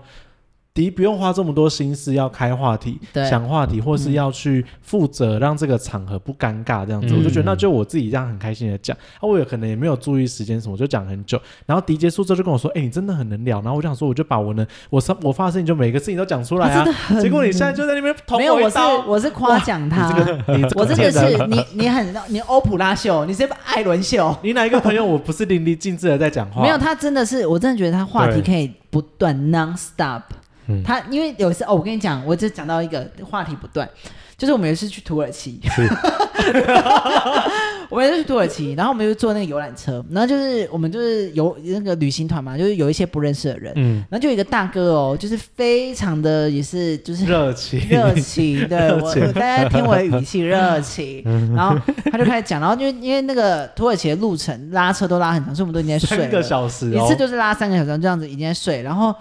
Speaker 1: 迪不用花这么多心思要开话题
Speaker 2: 对、嗯
Speaker 1: 想话题，或是要去负责让这个场合不尴尬这样子，
Speaker 3: 嗯
Speaker 1: 我就觉得那就我自己这样很开心的讲，啊，我有可能也没有注意时间什么，我就讲很久。然后迪结束之后就跟我说：“哎、你真的很能聊。”然后我就想说，我就把我呢，我上我发生你就每个事情都讲出来
Speaker 2: 他真
Speaker 1: 啊
Speaker 2: 的。很
Speaker 1: 结果你现在就在那边捅
Speaker 2: 没有，我
Speaker 1: 一
Speaker 2: 是
Speaker 1: 刀， [laughs]
Speaker 2: 我是夸奖他，
Speaker 1: 你这
Speaker 2: 我真
Speaker 3: [laughs]
Speaker 2: 的
Speaker 1: 个贱人
Speaker 2: 是你你很你欧普拉秀，你是艾伦秀，
Speaker 1: 你哪一个朋友我不是淋漓尽致的在讲话？
Speaker 2: 没有，他真的是，我真的觉得他话题
Speaker 3: 对
Speaker 2: 可以不断 non stop
Speaker 3: 嗯。
Speaker 2: 他因为有一次哦，我跟你讲，我就讲到一个话题不断，就是我们有一次去土耳其， [laughs] 我们就去土耳其，然后我们就坐那个游览车，然后就是我们就是游那个旅行团嘛，就是有一些不认识的人，
Speaker 3: 嗯，
Speaker 2: 然后就有一个大哥哦，就是非常的也是就是
Speaker 1: 热情，
Speaker 2: 热情，
Speaker 1: [laughs]
Speaker 2: 对我
Speaker 1: 情嗯
Speaker 2: 我大家听我的语气热情，然后他就开始讲，然后因为因为那个土耳其的路程拉车都拉很长，所以我们都已经在睡
Speaker 1: 三个
Speaker 2: 了，
Speaker 1: 小时
Speaker 2: 一
Speaker 1: 哦
Speaker 2: 次，就是拉三个小时这样子，已经在睡，然后。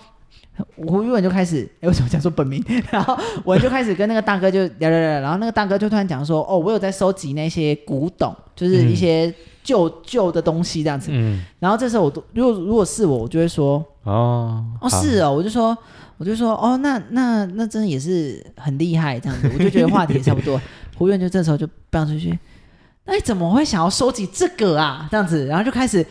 Speaker 2: 我原本就开始， [laughs] 哎、为什么讲说本名？然后我就开始跟那个大哥就 [laughs] 聊聊聊，然后那个大哥就突然讲说，哦，我有在收集那些古董，就是一些旧、旧的东西这样子。
Speaker 3: 嗯，
Speaker 2: 然后这时候我都，如果如果是我，我就会说，
Speaker 3: 哦，
Speaker 2: 哦，
Speaker 3: 好
Speaker 2: 是哦，我就说，我就说，哦，那那那真的也是很厉害这样子，我就觉得话题也差不多。胡院就这时候就蹦出去，那你怎么会想要收集这个啊？这样子，然后就开始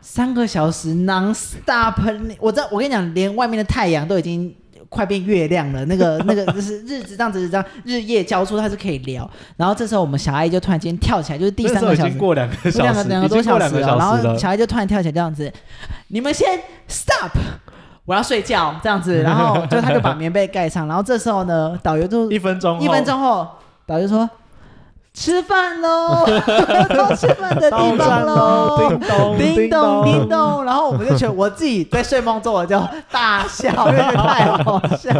Speaker 2: 三个小时 non stop，我知道，我跟你讲，连外面的太阳都已经快变月亮了，那个那个就是日子这样子这样日夜交错，它是可以聊。然后这时候我们小爱就突然间跳起来，就是第三
Speaker 1: 那
Speaker 2: 个
Speaker 1: 时候
Speaker 2: 小
Speaker 1: 已
Speaker 2: 时
Speaker 1: 经。过两个 [laughs] 小
Speaker 2: 两个
Speaker 1: 时，
Speaker 2: 两
Speaker 1: 已
Speaker 2: 个多
Speaker 1: 经过
Speaker 2: 小
Speaker 1: 两
Speaker 2: 时
Speaker 1: 个
Speaker 2: 了，然
Speaker 1: 小时
Speaker 2: 后
Speaker 1: 了。
Speaker 2: 小爱就突然跳起来这样子，你们先 stop，我要睡觉这样子，然后
Speaker 1: [laughs]
Speaker 2: 就他就把棉被盖上，然后这时候呢，导游就
Speaker 1: 一分钟，
Speaker 2: 一分，钟后，导游说吃饭喽， [laughs] 到吃饭的
Speaker 1: 到
Speaker 2: 地
Speaker 1: 站
Speaker 2: 方
Speaker 1: 喽，
Speaker 2: 喽
Speaker 1: 叮。咚，
Speaker 2: 叮
Speaker 1: 咚，
Speaker 2: 咚叮。咚，然后我们就觉得我自己在睡梦中，我就大笑，因为太好笑。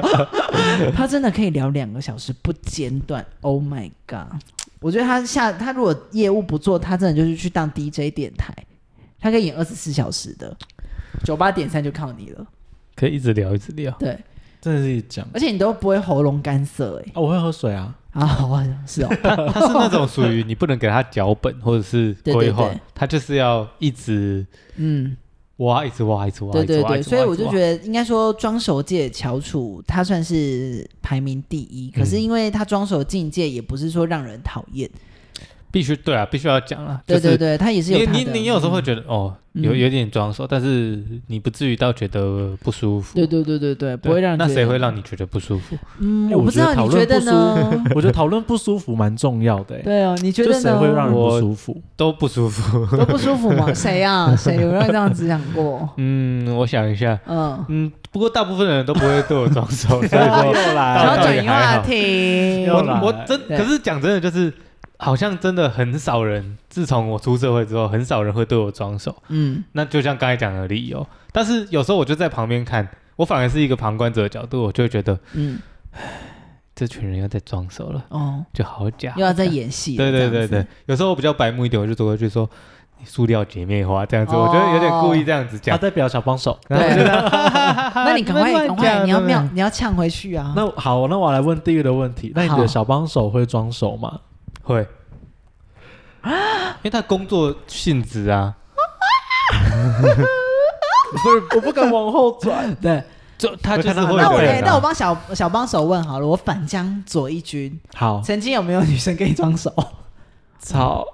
Speaker 2: [laughs] 他真的可以聊两个小时不间断，Oh my god！我觉得他下他如果业务不做，他真的就是去当 DJ 电台，他可以演二十四小时的，九八点三就靠你了。
Speaker 3: 可以一直聊一直聊。
Speaker 2: 对，
Speaker 1: 真的是讲
Speaker 2: 而且你都不会喉咙干涩哎、
Speaker 1: 啊，我会喝水啊，
Speaker 2: 欸，啊，好像是哦，
Speaker 3: 他是那种属于你不能给他脚本或者是规划
Speaker 2: 对对对，
Speaker 3: 他就是要一直
Speaker 2: 嗯。
Speaker 3: 挖，一直挖，一直挖，
Speaker 2: 对
Speaker 3: 一直
Speaker 2: 对
Speaker 3: 挖
Speaker 2: 对，所以我就觉
Speaker 3: 得，
Speaker 2: 得应该说装手界翘楚，他算是排名第一，可
Speaker 3: 嗯
Speaker 2: 是因为他装手境界也不是说让人讨厌，
Speaker 3: 必须对啊，必须要讲了。
Speaker 2: 对
Speaker 3: 就是
Speaker 2: 对对，他也是有
Speaker 3: 你
Speaker 2: 他
Speaker 3: 你
Speaker 2: 的嗯
Speaker 3: 你有时候会觉得哦，有有点装熟，但是你不至于到觉得不舒服。
Speaker 2: 对对对对对，不会让人
Speaker 3: 那
Speaker 2: 觉得
Speaker 3: 谁会？让你觉得不舒 [laughs] 服？
Speaker 2: 嗯，
Speaker 1: 哎
Speaker 2: 我
Speaker 1: 我
Speaker 2: 不知
Speaker 1: 觉
Speaker 2: 道
Speaker 1: 得讨
Speaker 2: 你
Speaker 1: 论
Speaker 2: 觉得
Speaker 1: 不
Speaker 2: 呢？
Speaker 1: 我觉得讨论不舒服蛮重要的、欸，
Speaker 2: 对哦，你觉
Speaker 1: 就
Speaker 2: 得
Speaker 1: 谁会让人
Speaker 2: 呢？
Speaker 1: 不
Speaker 3: 我
Speaker 1: 舒服？
Speaker 3: 都不舒服。
Speaker 2: 都不舒服吗？谁啊？谁有让你这样子想过？
Speaker 3: 嗯，我想一下，
Speaker 2: 嗯，
Speaker 3: [laughs] 嗯，不过大部分人都不会对我装 [laughs] 熟，所以说
Speaker 1: 又来
Speaker 2: 然
Speaker 3: 然
Speaker 2: 后
Speaker 3: 后
Speaker 2: 转
Speaker 3: 转
Speaker 2: 移
Speaker 3: 移
Speaker 2: 话
Speaker 3: 话
Speaker 2: 题
Speaker 3: [laughs]
Speaker 1: 又，
Speaker 3: 我
Speaker 1: 来
Speaker 3: 我真
Speaker 2: 对
Speaker 3: 可是讲真的，就是好像真的很少人，自从我出社会之后，很少人会对我装熟。
Speaker 2: 嗯
Speaker 3: 那就像刚才讲的理由，但是有时候我就在旁边看，我反而是一个旁观者的角度，我就会觉得
Speaker 2: 嗯，
Speaker 3: 这群人又在装熟了，
Speaker 2: 哦，
Speaker 3: 就好假。
Speaker 2: 又要在演戏了，
Speaker 3: 对对
Speaker 2: 这样
Speaker 3: 对
Speaker 2: 子
Speaker 3: 对，，有时候我比较白目一点，我就走过去说“你塑料姐妹花”这样子，我
Speaker 2: 哦
Speaker 3: 觉得有点故意这样子
Speaker 1: 他
Speaker 3: 讲。
Speaker 1: 代表小帮手。
Speaker 3: 然后我就
Speaker 2: 对 [laughs]
Speaker 3: 这样哈哈哈哈
Speaker 2: 那你赶快
Speaker 3: 们 [laughs] 乱
Speaker 2: 赶快，
Speaker 3: 讲
Speaker 2: 你要
Speaker 3: 对
Speaker 2: 妙
Speaker 3: 对
Speaker 2: 你要呛回去啊！
Speaker 1: 那好，那我来问地狱的问题。那你
Speaker 2: 好
Speaker 1: 的小帮手会装熟吗？
Speaker 3: 会，因为他工作性质啊，
Speaker 1: 不是，我不敢往后转。
Speaker 2: [laughs] 对，
Speaker 3: 就他就是
Speaker 1: 我
Speaker 3: 会
Speaker 1: 看
Speaker 2: 那
Speaker 1: 他
Speaker 2: 我
Speaker 1: 对
Speaker 2: 嘞
Speaker 1: 啊，
Speaker 2: 那我帮小小帮手问好了，我反将左一军，
Speaker 3: 哦
Speaker 1: 好，
Speaker 2: 曾经有没有女生跟你
Speaker 3: [laughs]
Speaker 2: 装熟？
Speaker 1: 操，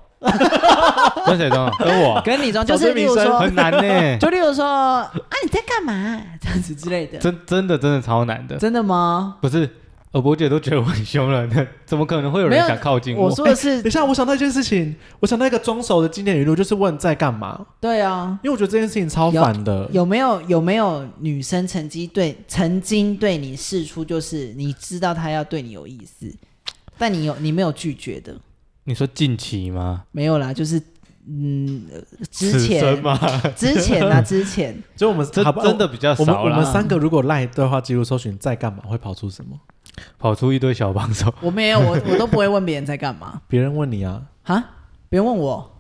Speaker 3: 跟谁装？跟 [laughs] 我，
Speaker 2: [laughs] 跟你装，就
Speaker 1: 找
Speaker 2: 是例
Speaker 1: 对女
Speaker 2: 如
Speaker 1: 生
Speaker 2: 说，
Speaker 3: 很难呢。
Speaker 2: [laughs] 就例如说，啊你在干嘛？这样子之类的，
Speaker 3: [laughs] 真真的真的超难的，
Speaker 2: 真的吗？
Speaker 3: 不是，呃，我姐都觉得我很凶了，那怎么可能会有
Speaker 2: 没
Speaker 3: 人
Speaker 2: 有
Speaker 3: 想靠近
Speaker 2: 我说的是
Speaker 1: 等一，下，我想到一件事情，我想到一个装熟的经典语录，就是问在干嘛，
Speaker 2: 对啊，
Speaker 1: 因为我觉得这件事情超烦的。
Speaker 2: 有没有有没有女生曾经对曾经对你示出，就是你知道她要对你有意思，但你有你没有拒绝的，
Speaker 3: 你说近期吗？
Speaker 2: 没有啦，就是嗯，呃之
Speaker 3: 此生
Speaker 2: 前 [laughs]
Speaker 3: 吗？
Speaker 2: 之前
Speaker 3: [laughs]
Speaker 2: 啊，之前。
Speaker 1: 就我们
Speaker 3: 这
Speaker 1: 好吧
Speaker 3: 真的比较
Speaker 1: 我们
Speaker 3: 少
Speaker 1: 我们
Speaker 3: 啦，
Speaker 1: 三个如果赖对话记录搜寻在干嘛，会跑出什么？
Speaker 3: 跑出一堆小帮手。
Speaker 2: 我没有，我 [laughs] 我都不会问别人在干嘛
Speaker 1: 别人问你啊，
Speaker 2: 啊，别人问我，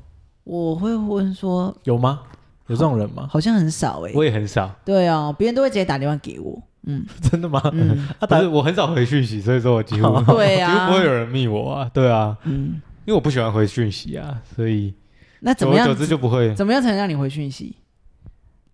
Speaker 2: 我会问说，
Speaker 1: 有吗？有这种人
Speaker 2: [laughs]
Speaker 1: 吗？
Speaker 2: 好像很少哎、
Speaker 3: [laughs] 我也很少，
Speaker 2: 对啊，别人都会直接打电话给我，嗯，
Speaker 1: 真的吗？
Speaker 2: 嗯
Speaker 1: 他
Speaker 3: 但
Speaker 1: 打
Speaker 3: 是我很少回讯息，所以说我几 [laughs] 乎
Speaker 2: 对
Speaker 3: 几乎
Speaker 2: 啊
Speaker 3: 不会有人密我啊，对啊，
Speaker 2: 嗯，
Speaker 3: 因为我不喜欢回讯息啊，所以
Speaker 2: 那怎
Speaker 3: 久
Speaker 2: 么
Speaker 3: 而久
Speaker 2: 样？
Speaker 3: 之就不会。
Speaker 2: 怎么样才能让你回讯息？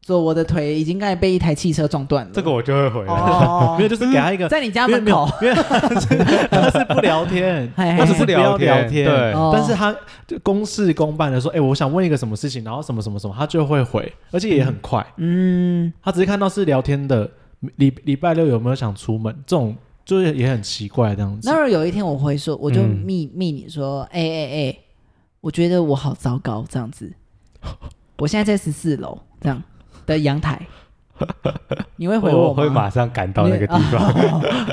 Speaker 2: 说我的腿已经刚才被一台汽车撞断了，
Speaker 3: 这个我就会回了。
Speaker 2: 哦，
Speaker 1: [laughs] 没有，就是给他一
Speaker 2: [laughs]
Speaker 1: 个，
Speaker 2: 在你家
Speaker 1: 因为
Speaker 2: 门
Speaker 1: 没有
Speaker 2: 口，，
Speaker 1: 因为他是他是不聊 [laughs] 天，
Speaker 2: 嘿嘿嘿
Speaker 1: 我只是不要聊天，
Speaker 3: 对
Speaker 2: 哦
Speaker 1: 但是他就公事公办的说，哎、我想问一个什么事情，然后什么什么什么，他就会回，而且也很快。
Speaker 2: 嗯，
Speaker 1: 他只是看到是聊天的，礼礼拜六有没有想出门，这种就是也很奇怪这样子
Speaker 2: 那。如果有一天我会说，我就
Speaker 3: 嗯
Speaker 2: 密、密你说，哎哎哎，我觉得我好糟糕，这
Speaker 3: [laughs]
Speaker 2: 样子，我现在在十四楼这样的
Speaker 3: [laughs]
Speaker 2: 阳台，你会回
Speaker 3: 我
Speaker 2: 吗？
Speaker 3: 会马上赶到那个地方。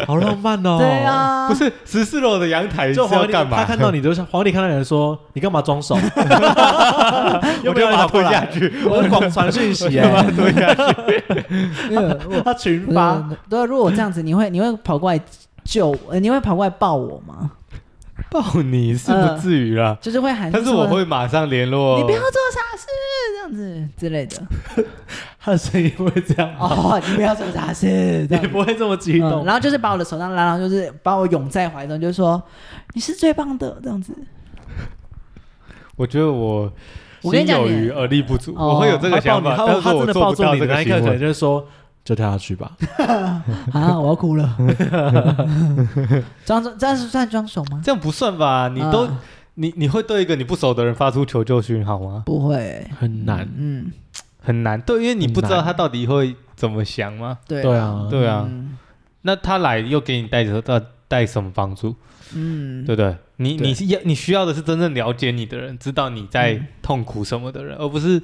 Speaker 1: 好浪漫
Speaker 2: [laughs]
Speaker 1: 哦！
Speaker 2: 对，啊，
Speaker 3: [laughs] 不是十四楼的阳台是
Speaker 1: 就
Speaker 3: 要
Speaker 1: 黄历
Speaker 3: 干嘛？
Speaker 1: 他看到你就是黄历看到有人说你干嘛装熟， [laughs]
Speaker 3: 我就
Speaker 1: 又没有
Speaker 3: 要
Speaker 1: 人
Speaker 3: 把他
Speaker 1: 打过
Speaker 3: 推下
Speaker 1: 来，
Speaker 3: 去，
Speaker 1: 我是广传讯息
Speaker 3: 我要把他，
Speaker 1: 哎
Speaker 3: 推下去。
Speaker 2: 那个我
Speaker 1: 他群发，
Speaker 2: 对对，如果我这样子，你会你会跑过来救我，呃你会跑过来抱我吗？
Speaker 3: 抱你是不至于
Speaker 1: 啊
Speaker 3: 啦，
Speaker 2: 就是会喊，
Speaker 3: 呃但是我，会马上联络。
Speaker 2: 你不要做傻事，这样子之类
Speaker 3: [laughs]
Speaker 2: 的。
Speaker 1: 他的声音会这样吗？
Speaker 2: 哦，你不要做傻事，这
Speaker 1: [laughs] 你
Speaker 2: 样。
Speaker 1: 不会这么激
Speaker 2: 嗯，
Speaker 1: 动？
Speaker 2: 然后就是把我的手上拉，然后就是把我拥在怀中，就是说你是最棒的这样子。
Speaker 3: 我觉得我
Speaker 2: 我跟你
Speaker 3: 心
Speaker 2: 讲
Speaker 3: 有
Speaker 2: 你
Speaker 3: 余而力不足，
Speaker 2: 哦
Speaker 3: 我会有这个
Speaker 1: 他抱
Speaker 3: 想
Speaker 1: 你，
Speaker 3: 法，
Speaker 1: 他
Speaker 3: 但是
Speaker 1: 他真
Speaker 3: 我
Speaker 1: 的
Speaker 3: 做
Speaker 1: 抱
Speaker 3: 不
Speaker 1: 住
Speaker 3: 到
Speaker 1: 你
Speaker 3: 这
Speaker 1: 的那
Speaker 3: 个
Speaker 1: 一刻，
Speaker 3: 行
Speaker 1: 可能
Speaker 3: 为。
Speaker 1: 就是说就跳下去吧。
Speaker 3: [laughs]
Speaker 2: 啊，我要哭了。装装这样是算装熟吗？
Speaker 3: 这样不算吧？你都
Speaker 2: 嗯
Speaker 3: 你你会对一个你不熟的人发出求救讯号吗？
Speaker 2: 不会，
Speaker 1: 很难，
Speaker 2: 嗯，
Speaker 3: 很难，对，因为你不知道
Speaker 1: 很难
Speaker 3: 他到底会怎么想嘛。
Speaker 2: 对
Speaker 1: 对啊
Speaker 3: 对啊
Speaker 2: 嗯
Speaker 3: 那他来又给你带着带带什么帮助，
Speaker 2: 嗯，
Speaker 3: 对不对？嗯你
Speaker 1: 对
Speaker 3: 你是要你需要的是真正了解你的人，知道你在痛苦什么的人，而不是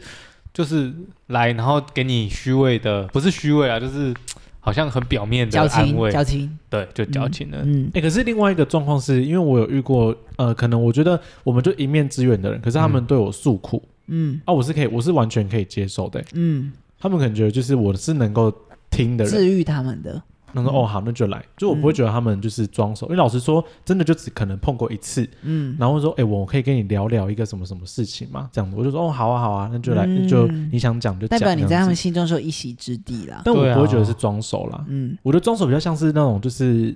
Speaker 3: 就是来然后给你虚伪的，不是虚伪啊，就是好像很表面的
Speaker 2: 矫
Speaker 3: 安
Speaker 2: 情
Speaker 3: 慰，
Speaker 2: 矫情，
Speaker 3: 对，就矫情了。
Speaker 2: 嗯
Speaker 1: 哎、可是另外一个状况是因为我有遇过，呃，可能我觉得我们就一面之缘的人，可是他们对我诉苦、
Speaker 2: 嗯
Speaker 1: 啊，我是可以，我是完全可以接受的、
Speaker 2: 嗯，
Speaker 1: 他们可能觉得就是我是能够听的人，
Speaker 2: 治愈他们的，
Speaker 1: 能够哦好，那就来，就我不会觉得他们就是装熟，因为老实说，真的就只可能碰过一次，
Speaker 2: 嗯，
Speaker 1: 然后说，哎、我可以跟你聊聊一个什么什么事情嘛，这样子，我就说哦好啊好啊，那就来，
Speaker 2: 嗯
Speaker 1: 那就你想讲就讲，
Speaker 2: 代表你在他们
Speaker 1: 这样子，
Speaker 2: 心中是有一席之地啦。
Speaker 1: 但
Speaker 3: 对
Speaker 1: 我
Speaker 3: 啊
Speaker 1: 不会觉得是装熟啦，
Speaker 2: 嗯
Speaker 1: 我觉得装手比较像是那种就是。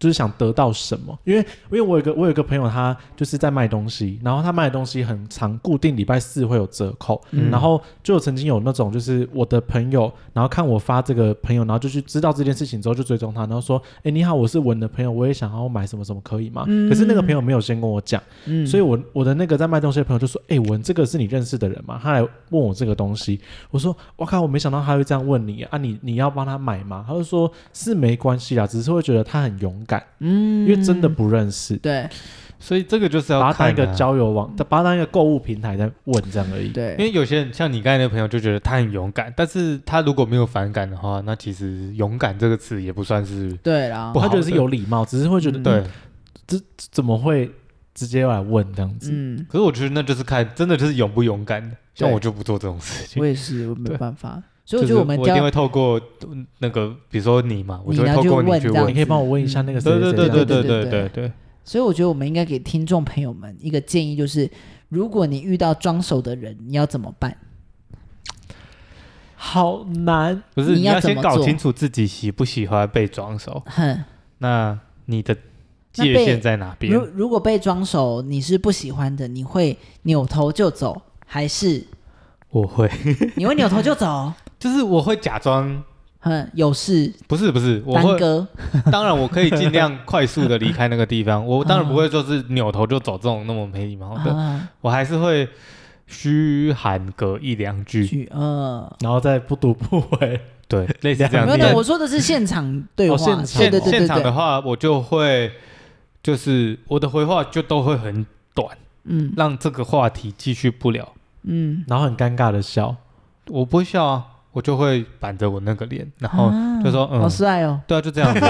Speaker 1: 就是想得到什么，因为因为我有一个我有一个朋友，他就是在卖东西，然后他卖的东西很常固定礼拜四会有折扣，
Speaker 2: 嗯
Speaker 1: 然后就有曾经有那种就是我的朋友，然后看我发这个朋友，然后就去知道这件事情之后就追踪他，然后说，哎，你好，我是文的朋友，我也想要买什么什么，可以吗？
Speaker 2: 嗯
Speaker 1: 可是那个朋友没有先跟我讲，
Speaker 2: 嗯，
Speaker 1: 所以我我的那个在卖东西的朋友就说：“哎、文，这个是你认识的人吗？”他来问我这个东西，我说：“我靠，我没想到他会这样问你啊！你你要帮他买吗？”他就说：“是没关系啦，只是会觉得他很勇敢，
Speaker 2: 嗯，
Speaker 1: 因为真的不认识，
Speaker 2: 对
Speaker 3: 所以这个就是要
Speaker 1: 把他
Speaker 3: 看
Speaker 1: 当一个
Speaker 3: 啊
Speaker 1: 交友网，把他当一个购物平台在问这样而已。”
Speaker 3: 因
Speaker 2: 对，
Speaker 3: 为有些人像你刚才那个朋友就觉得他很勇敢，但是他如果没有反感的话，那其实“勇敢”这个词也不算是
Speaker 2: 对啦
Speaker 3: 不，好
Speaker 1: 他觉得是有礼貌，只是会觉得、
Speaker 2: 嗯
Speaker 3: 对。
Speaker 1: 怎么会直接来问这样子？
Speaker 2: 嗯，
Speaker 3: 可是我觉得那就是看真的就是勇不勇敢的，像
Speaker 2: 对
Speaker 3: 我就不做这种事情
Speaker 2: 我。也是，我没
Speaker 3: 对
Speaker 2: 办法，
Speaker 3: 就
Speaker 2: 所以我觉
Speaker 3: 是
Speaker 2: 得我们
Speaker 3: 我一定
Speaker 2: 交
Speaker 3: 会透过嗯那个，比如说你嘛，我就会
Speaker 2: 你呢
Speaker 3: 透过
Speaker 2: 就
Speaker 3: 你去
Speaker 2: 问这样
Speaker 1: 你可以帮我问一下那个谁
Speaker 3: 嗯对
Speaker 1: 谁谁
Speaker 3: 对对
Speaker 1: 这样
Speaker 3: 对
Speaker 1: 子
Speaker 3: 对
Speaker 2: 对
Speaker 3: 对对对，
Speaker 2: 所以我觉得我们应该给听众朋友们一个建议，就是如果你遇到装熟的人，你要怎么办？
Speaker 1: 好难。
Speaker 3: 不是
Speaker 2: 你
Speaker 3: 你
Speaker 2: 要
Speaker 3: 要
Speaker 2: 怎
Speaker 3: 先
Speaker 2: 么
Speaker 3: 搞
Speaker 2: 做
Speaker 3: 清楚自己喜不喜欢被装熟，
Speaker 2: 哼，
Speaker 3: 那你的
Speaker 2: 那
Speaker 3: 界
Speaker 2: 被
Speaker 3: 限在哪边
Speaker 2: 如？如果被装熟，你是不喜欢的，你会扭头就走，
Speaker 3: [laughs]
Speaker 2: 还是
Speaker 3: 我会，
Speaker 2: 你会扭头
Speaker 3: [laughs]
Speaker 2: 就走？
Speaker 3: 就是我会假装，
Speaker 2: 哼，有事
Speaker 3: 不是不是，我
Speaker 2: 耽
Speaker 3: 会
Speaker 2: 搁，
Speaker 3: 当然，我可以尽量快速的离开那个地方。我当然不会
Speaker 2: 嗯
Speaker 3: 就是扭头就走这种那么没礼貌的，嗯
Speaker 2: 啊，
Speaker 3: 我还是会嘘喊个一两句，
Speaker 2: 去呃，
Speaker 1: 然后再不读不回，
Speaker 2: [laughs]
Speaker 3: 对，类似这样子
Speaker 2: 没有
Speaker 1: 你看
Speaker 2: 的，
Speaker 3: 的。
Speaker 2: 我说的是现场对
Speaker 1: 哦
Speaker 2: 话，
Speaker 1: 现场
Speaker 2: 对
Speaker 3: 现
Speaker 2: 对对
Speaker 3: 现场
Speaker 2: 对
Speaker 3: 的
Speaker 2: 对，
Speaker 3: 话，我就会就是我的回话就都会很短，
Speaker 2: 嗯
Speaker 3: 让这个话题继续不了。
Speaker 2: 嗯，
Speaker 1: 然后很尴尬
Speaker 3: [laughs]
Speaker 1: 的笑。
Speaker 3: 我不会笑啊，我就会板着我那个脸，然后就说
Speaker 2: 好
Speaker 3: 嗯，
Speaker 2: 帅哦，
Speaker 3: 对啊，就这样子，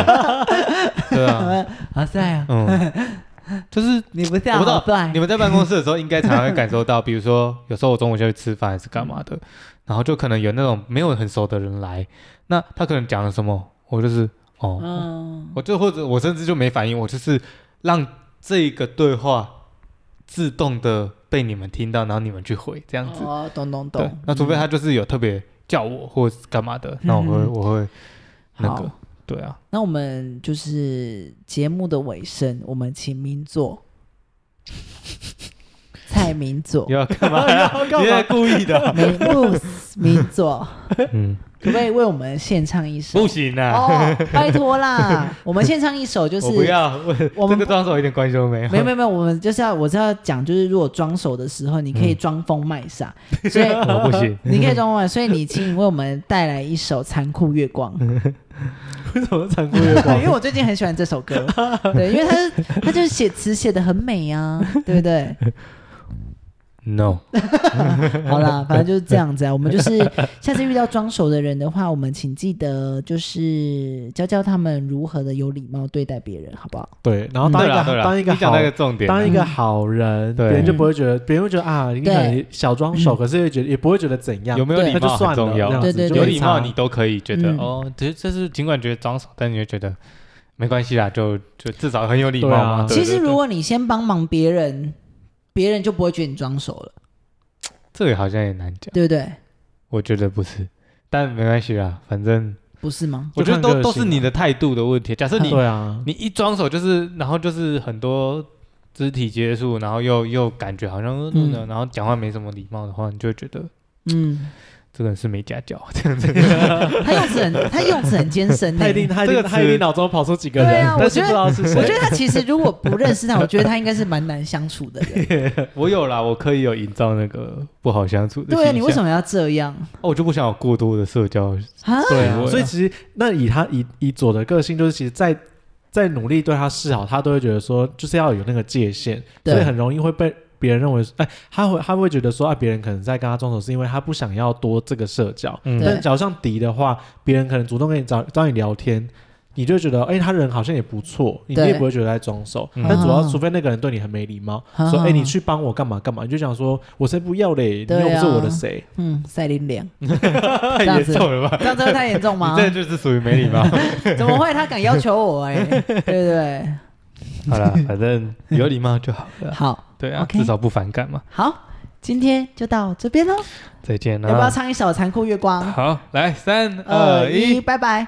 Speaker 3: 对啊，
Speaker 2: 好帅哦，
Speaker 3: 嗯，就是
Speaker 2: 你不
Speaker 3: 我
Speaker 2: 笑
Speaker 3: 不知道
Speaker 2: 好帅
Speaker 3: 你，们在办公室的时候，应该常常会感受到，比如说有时候我中午就去吃饭还是干嘛的，然后就可能有那种没有很熟的人来，那他可能讲了什么，我就是哦，
Speaker 2: 嗯
Speaker 3: 我就或者我甚至就没反应，我就是让这个对话自动的被你们听到，然后你们去回这样子。
Speaker 2: 哦，懂懂
Speaker 3: 对
Speaker 2: 懂，，
Speaker 3: 那除非
Speaker 2: 嗯
Speaker 3: 他就是有特别叫我或是干嘛的，那我会
Speaker 2: 嗯
Speaker 3: 我会那个
Speaker 2: 好，
Speaker 3: 对啊，
Speaker 2: 那我们就是节目的尾声，我们请明
Speaker 3: [laughs]
Speaker 2: 座，蔡明座，
Speaker 3: 要干嘛呀？你在故意的
Speaker 2: [laughs]
Speaker 3: 啊，
Speaker 2: 明木明座，
Speaker 3: 嗯，
Speaker 2: 可不可以为我们献唱一首
Speaker 3: 不？行啊。
Speaker 2: 哦，拜托啦，我们献唱一首就是
Speaker 3: 我。不要，我
Speaker 2: 我
Speaker 3: 这
Speaker 2: 们
Speaker 3: 个装手有点关系都没有。
Speaker 2: 没有没有没有，我们就是要我是要讲，就是如果装熟的时候，你可以
Speaker 3: 嗯
Speaker 2: 装疯卖傻，所以
Speaker 3: 我不行，
Speaker 2: 你可以装疯卖傻，所以你请你为我们带来一首《残酷月光》。
Speaker 1: 为什么残酷月
Speaker 2: [laughs]
Speaker 1: 光
Speaker 2: 因？为我最近很喜欢这首歌，对，因为他是他就是写词写的很美啊，对不对？
Speaker 3: No，
Speaker 1: [laughs]
Speaker 2: 好啦，反正就是这样子啊。我们就是下次遇到装熟的人的话，我们请记得就是教教他们如何的有礼貌对待别人，好不好？
Speaker 1: 对，然后当
Speaker 3: 嗯对
Speaker 1: 一个
Speaker 3: 啦对啦
Speaker 1: 当一个
Speaker 3: 你讲
Speaker 1: 好
Speaker 3: 那个重点啊，
Speaker 1: 当一个好人，别
Speaker 3: 对嗯
Speaker 1: 人就不会觉得，别人会觉得啊，你可能小装熟，可是也觉得也不会觉得怎样
Speaker 3: 有，没有
Speaker 2: 对
Speaker 3: 礼
Speaker 1: 那就
Speaker 3: 貌
Speaker 1: 算
Speaker 3: 很
Speaker 1: 了，
Speaker 3: 重
Speaker 1: 这
Speaker 3: 要
Speaker 1: 样，
Speaker 2: 对
Speaker 1: 子
Speaker 2: 对
Speaker 1: 就
Speaker 2: 对
Speaker 3: 有
Speaker 1: 没
Speaker 3: 礼貌
Speaker 1: 差
Speaker 3: 你都可以觉得
Speaker 2: 嗯
Speaker 3: 哦，其实这是尽管觉得装傻，但你就觉得没关系啦，就就至少很有礼貌
Speaker 1: 对啊
Speaker 3: 嘛。对
Speaker 2: 其实
Speaker 3: 对
Speaker 2: 如
Speaker 3: 对
Speaker 2: 果你先帮忙别人，别人就不会觉得你装熟了，
Speaker 3: 这个好像也难讲，
Speaker 2: 对不对？
Speaker 3: 我觉得不是，但没关系啦，反正
Speaker 2: 不是吗？
Speaker 1: 就
Speaker 3: 我觉得
Speaker 1: 看
Speaker 3: 都
Speaker 1: 个
Speaker 3: 都
Speaker 1: 性
Speaker 3: 是你
Speaker 1: 啊
Speaker 3: 的态度的问题。假设你嗯
Speaker 1: 对啊，
Speaker 3: 你一装手就是，然后就是很多肢体接触，然后又又感觉好像
Speaker 2: 嗯
Speaker 3: 然后讲话没什么礼貌的话，你就会觉得
Speaker 2: 嗯，
Speaker 3: 这个人是没家教， [laughs] 这
Speaker 1: [laughs]
Speaker 3: 样子。
Speaker 2: 他用词很，他用词很艰深呢、
Speaker 1: 他一定他一定
Speaker 3: 这个词
Speaker 1: 他一定脑中跑出几个
Speaker 2: 对
Speaker 1: 人
Speaker 2: 啊，
Speaker 1: 但
Speaker 2: 我
Speaker 1: 是
Speaker 2: 觉
Speaker 1: 不
Speaker 2: 得
Speaker 1: 知道是
Speaker 2: 我觉
Speaker 1: 谁。
Speaker 2: 得他其实如果不认识他，我觉得他应该是蛮难相处的
Speaker 1: [laughs]
Speaker 2: 人。
Speaker 3: 我有啦，我可以有营造那个不好相处的
Speaker 2: 对啊，你为什
Speaker 3: 么？
Speaker 2: 么要这样
Speaker 3: 哦，我就不想有过多的社交。
Speaker 2: 啊？
Speaker 1: 对
Speaker 3: 对
Speaker 1: 啊，
Speaker 3: 啊
Speaker 1: 所以其实那以他以以左的个性，就是其实在，在努力对他示好，他都会觉得说，就是要有那个界限，
Speaker 2: 对
Speaker 1: 所以很容易会被别人认为，哎，他会他会觉得说，啊，别人可能在跟他装熟，是因为他不想要多这个社交。
Speaker 3: 嗯
Speaker 2: 对
Speaker 1: 但假如像敌的话，别人可能主动跟你找找你聊天。你就会觉得，哎、他人好像也不错，你
Speaker 2: 对
Speaker 1: 也不会觉得在装熟。
Speaker 3: 嗯
Speaker 1: 但主要，
Speaker 2: 嗯
Speaker 1: 除非那个人对你很没礼貌，
Speaker 2: 嗯
Speaker 1: 说，哎、
Speaker 2: 嗯
Speaker 1: 你去帮我干嘛干嘛，你就想说，我才不要嘞，你
Speaker 2: 对啊
Speaker 1: 又不是我的谁。
Speaker 2: 嗯，赛琳良，
Speaker 3: 太
Speaker 2: 样
Speaker 3: 严
Speaker 2: 子
Speaker 3: 重了吧？
Speaker 2: 这样真的太严重吗
Speaker 1: [laughs]
Speaker 3: 你？这就是属于没
Speaker 2: [laughs]
Speaker 3: 礼貌。
Speaker 2: 怎么会？他敢要求我、哎，对不
Speaker 1: [laughs]
Speaker 2: 对？
Speaker 3: 好了，反正有礼貌就好了。
Speaker 2: 好
Speaker 3: 对啊，
Speaker 2: OK
Speaker 3: 至少不反感嘛。
Speaker 2: 好，今天就到这边喽。
Speaker 3: 再见啊
Speaker 2: 要不要
Speaker 3: 啦。
Speaker 2: 唱一首《残酷月光》？
Speaker 3: 好，来三
Speaker 2: 二
Speaker 3: 二一
Speaker 2: 一，。拜拜。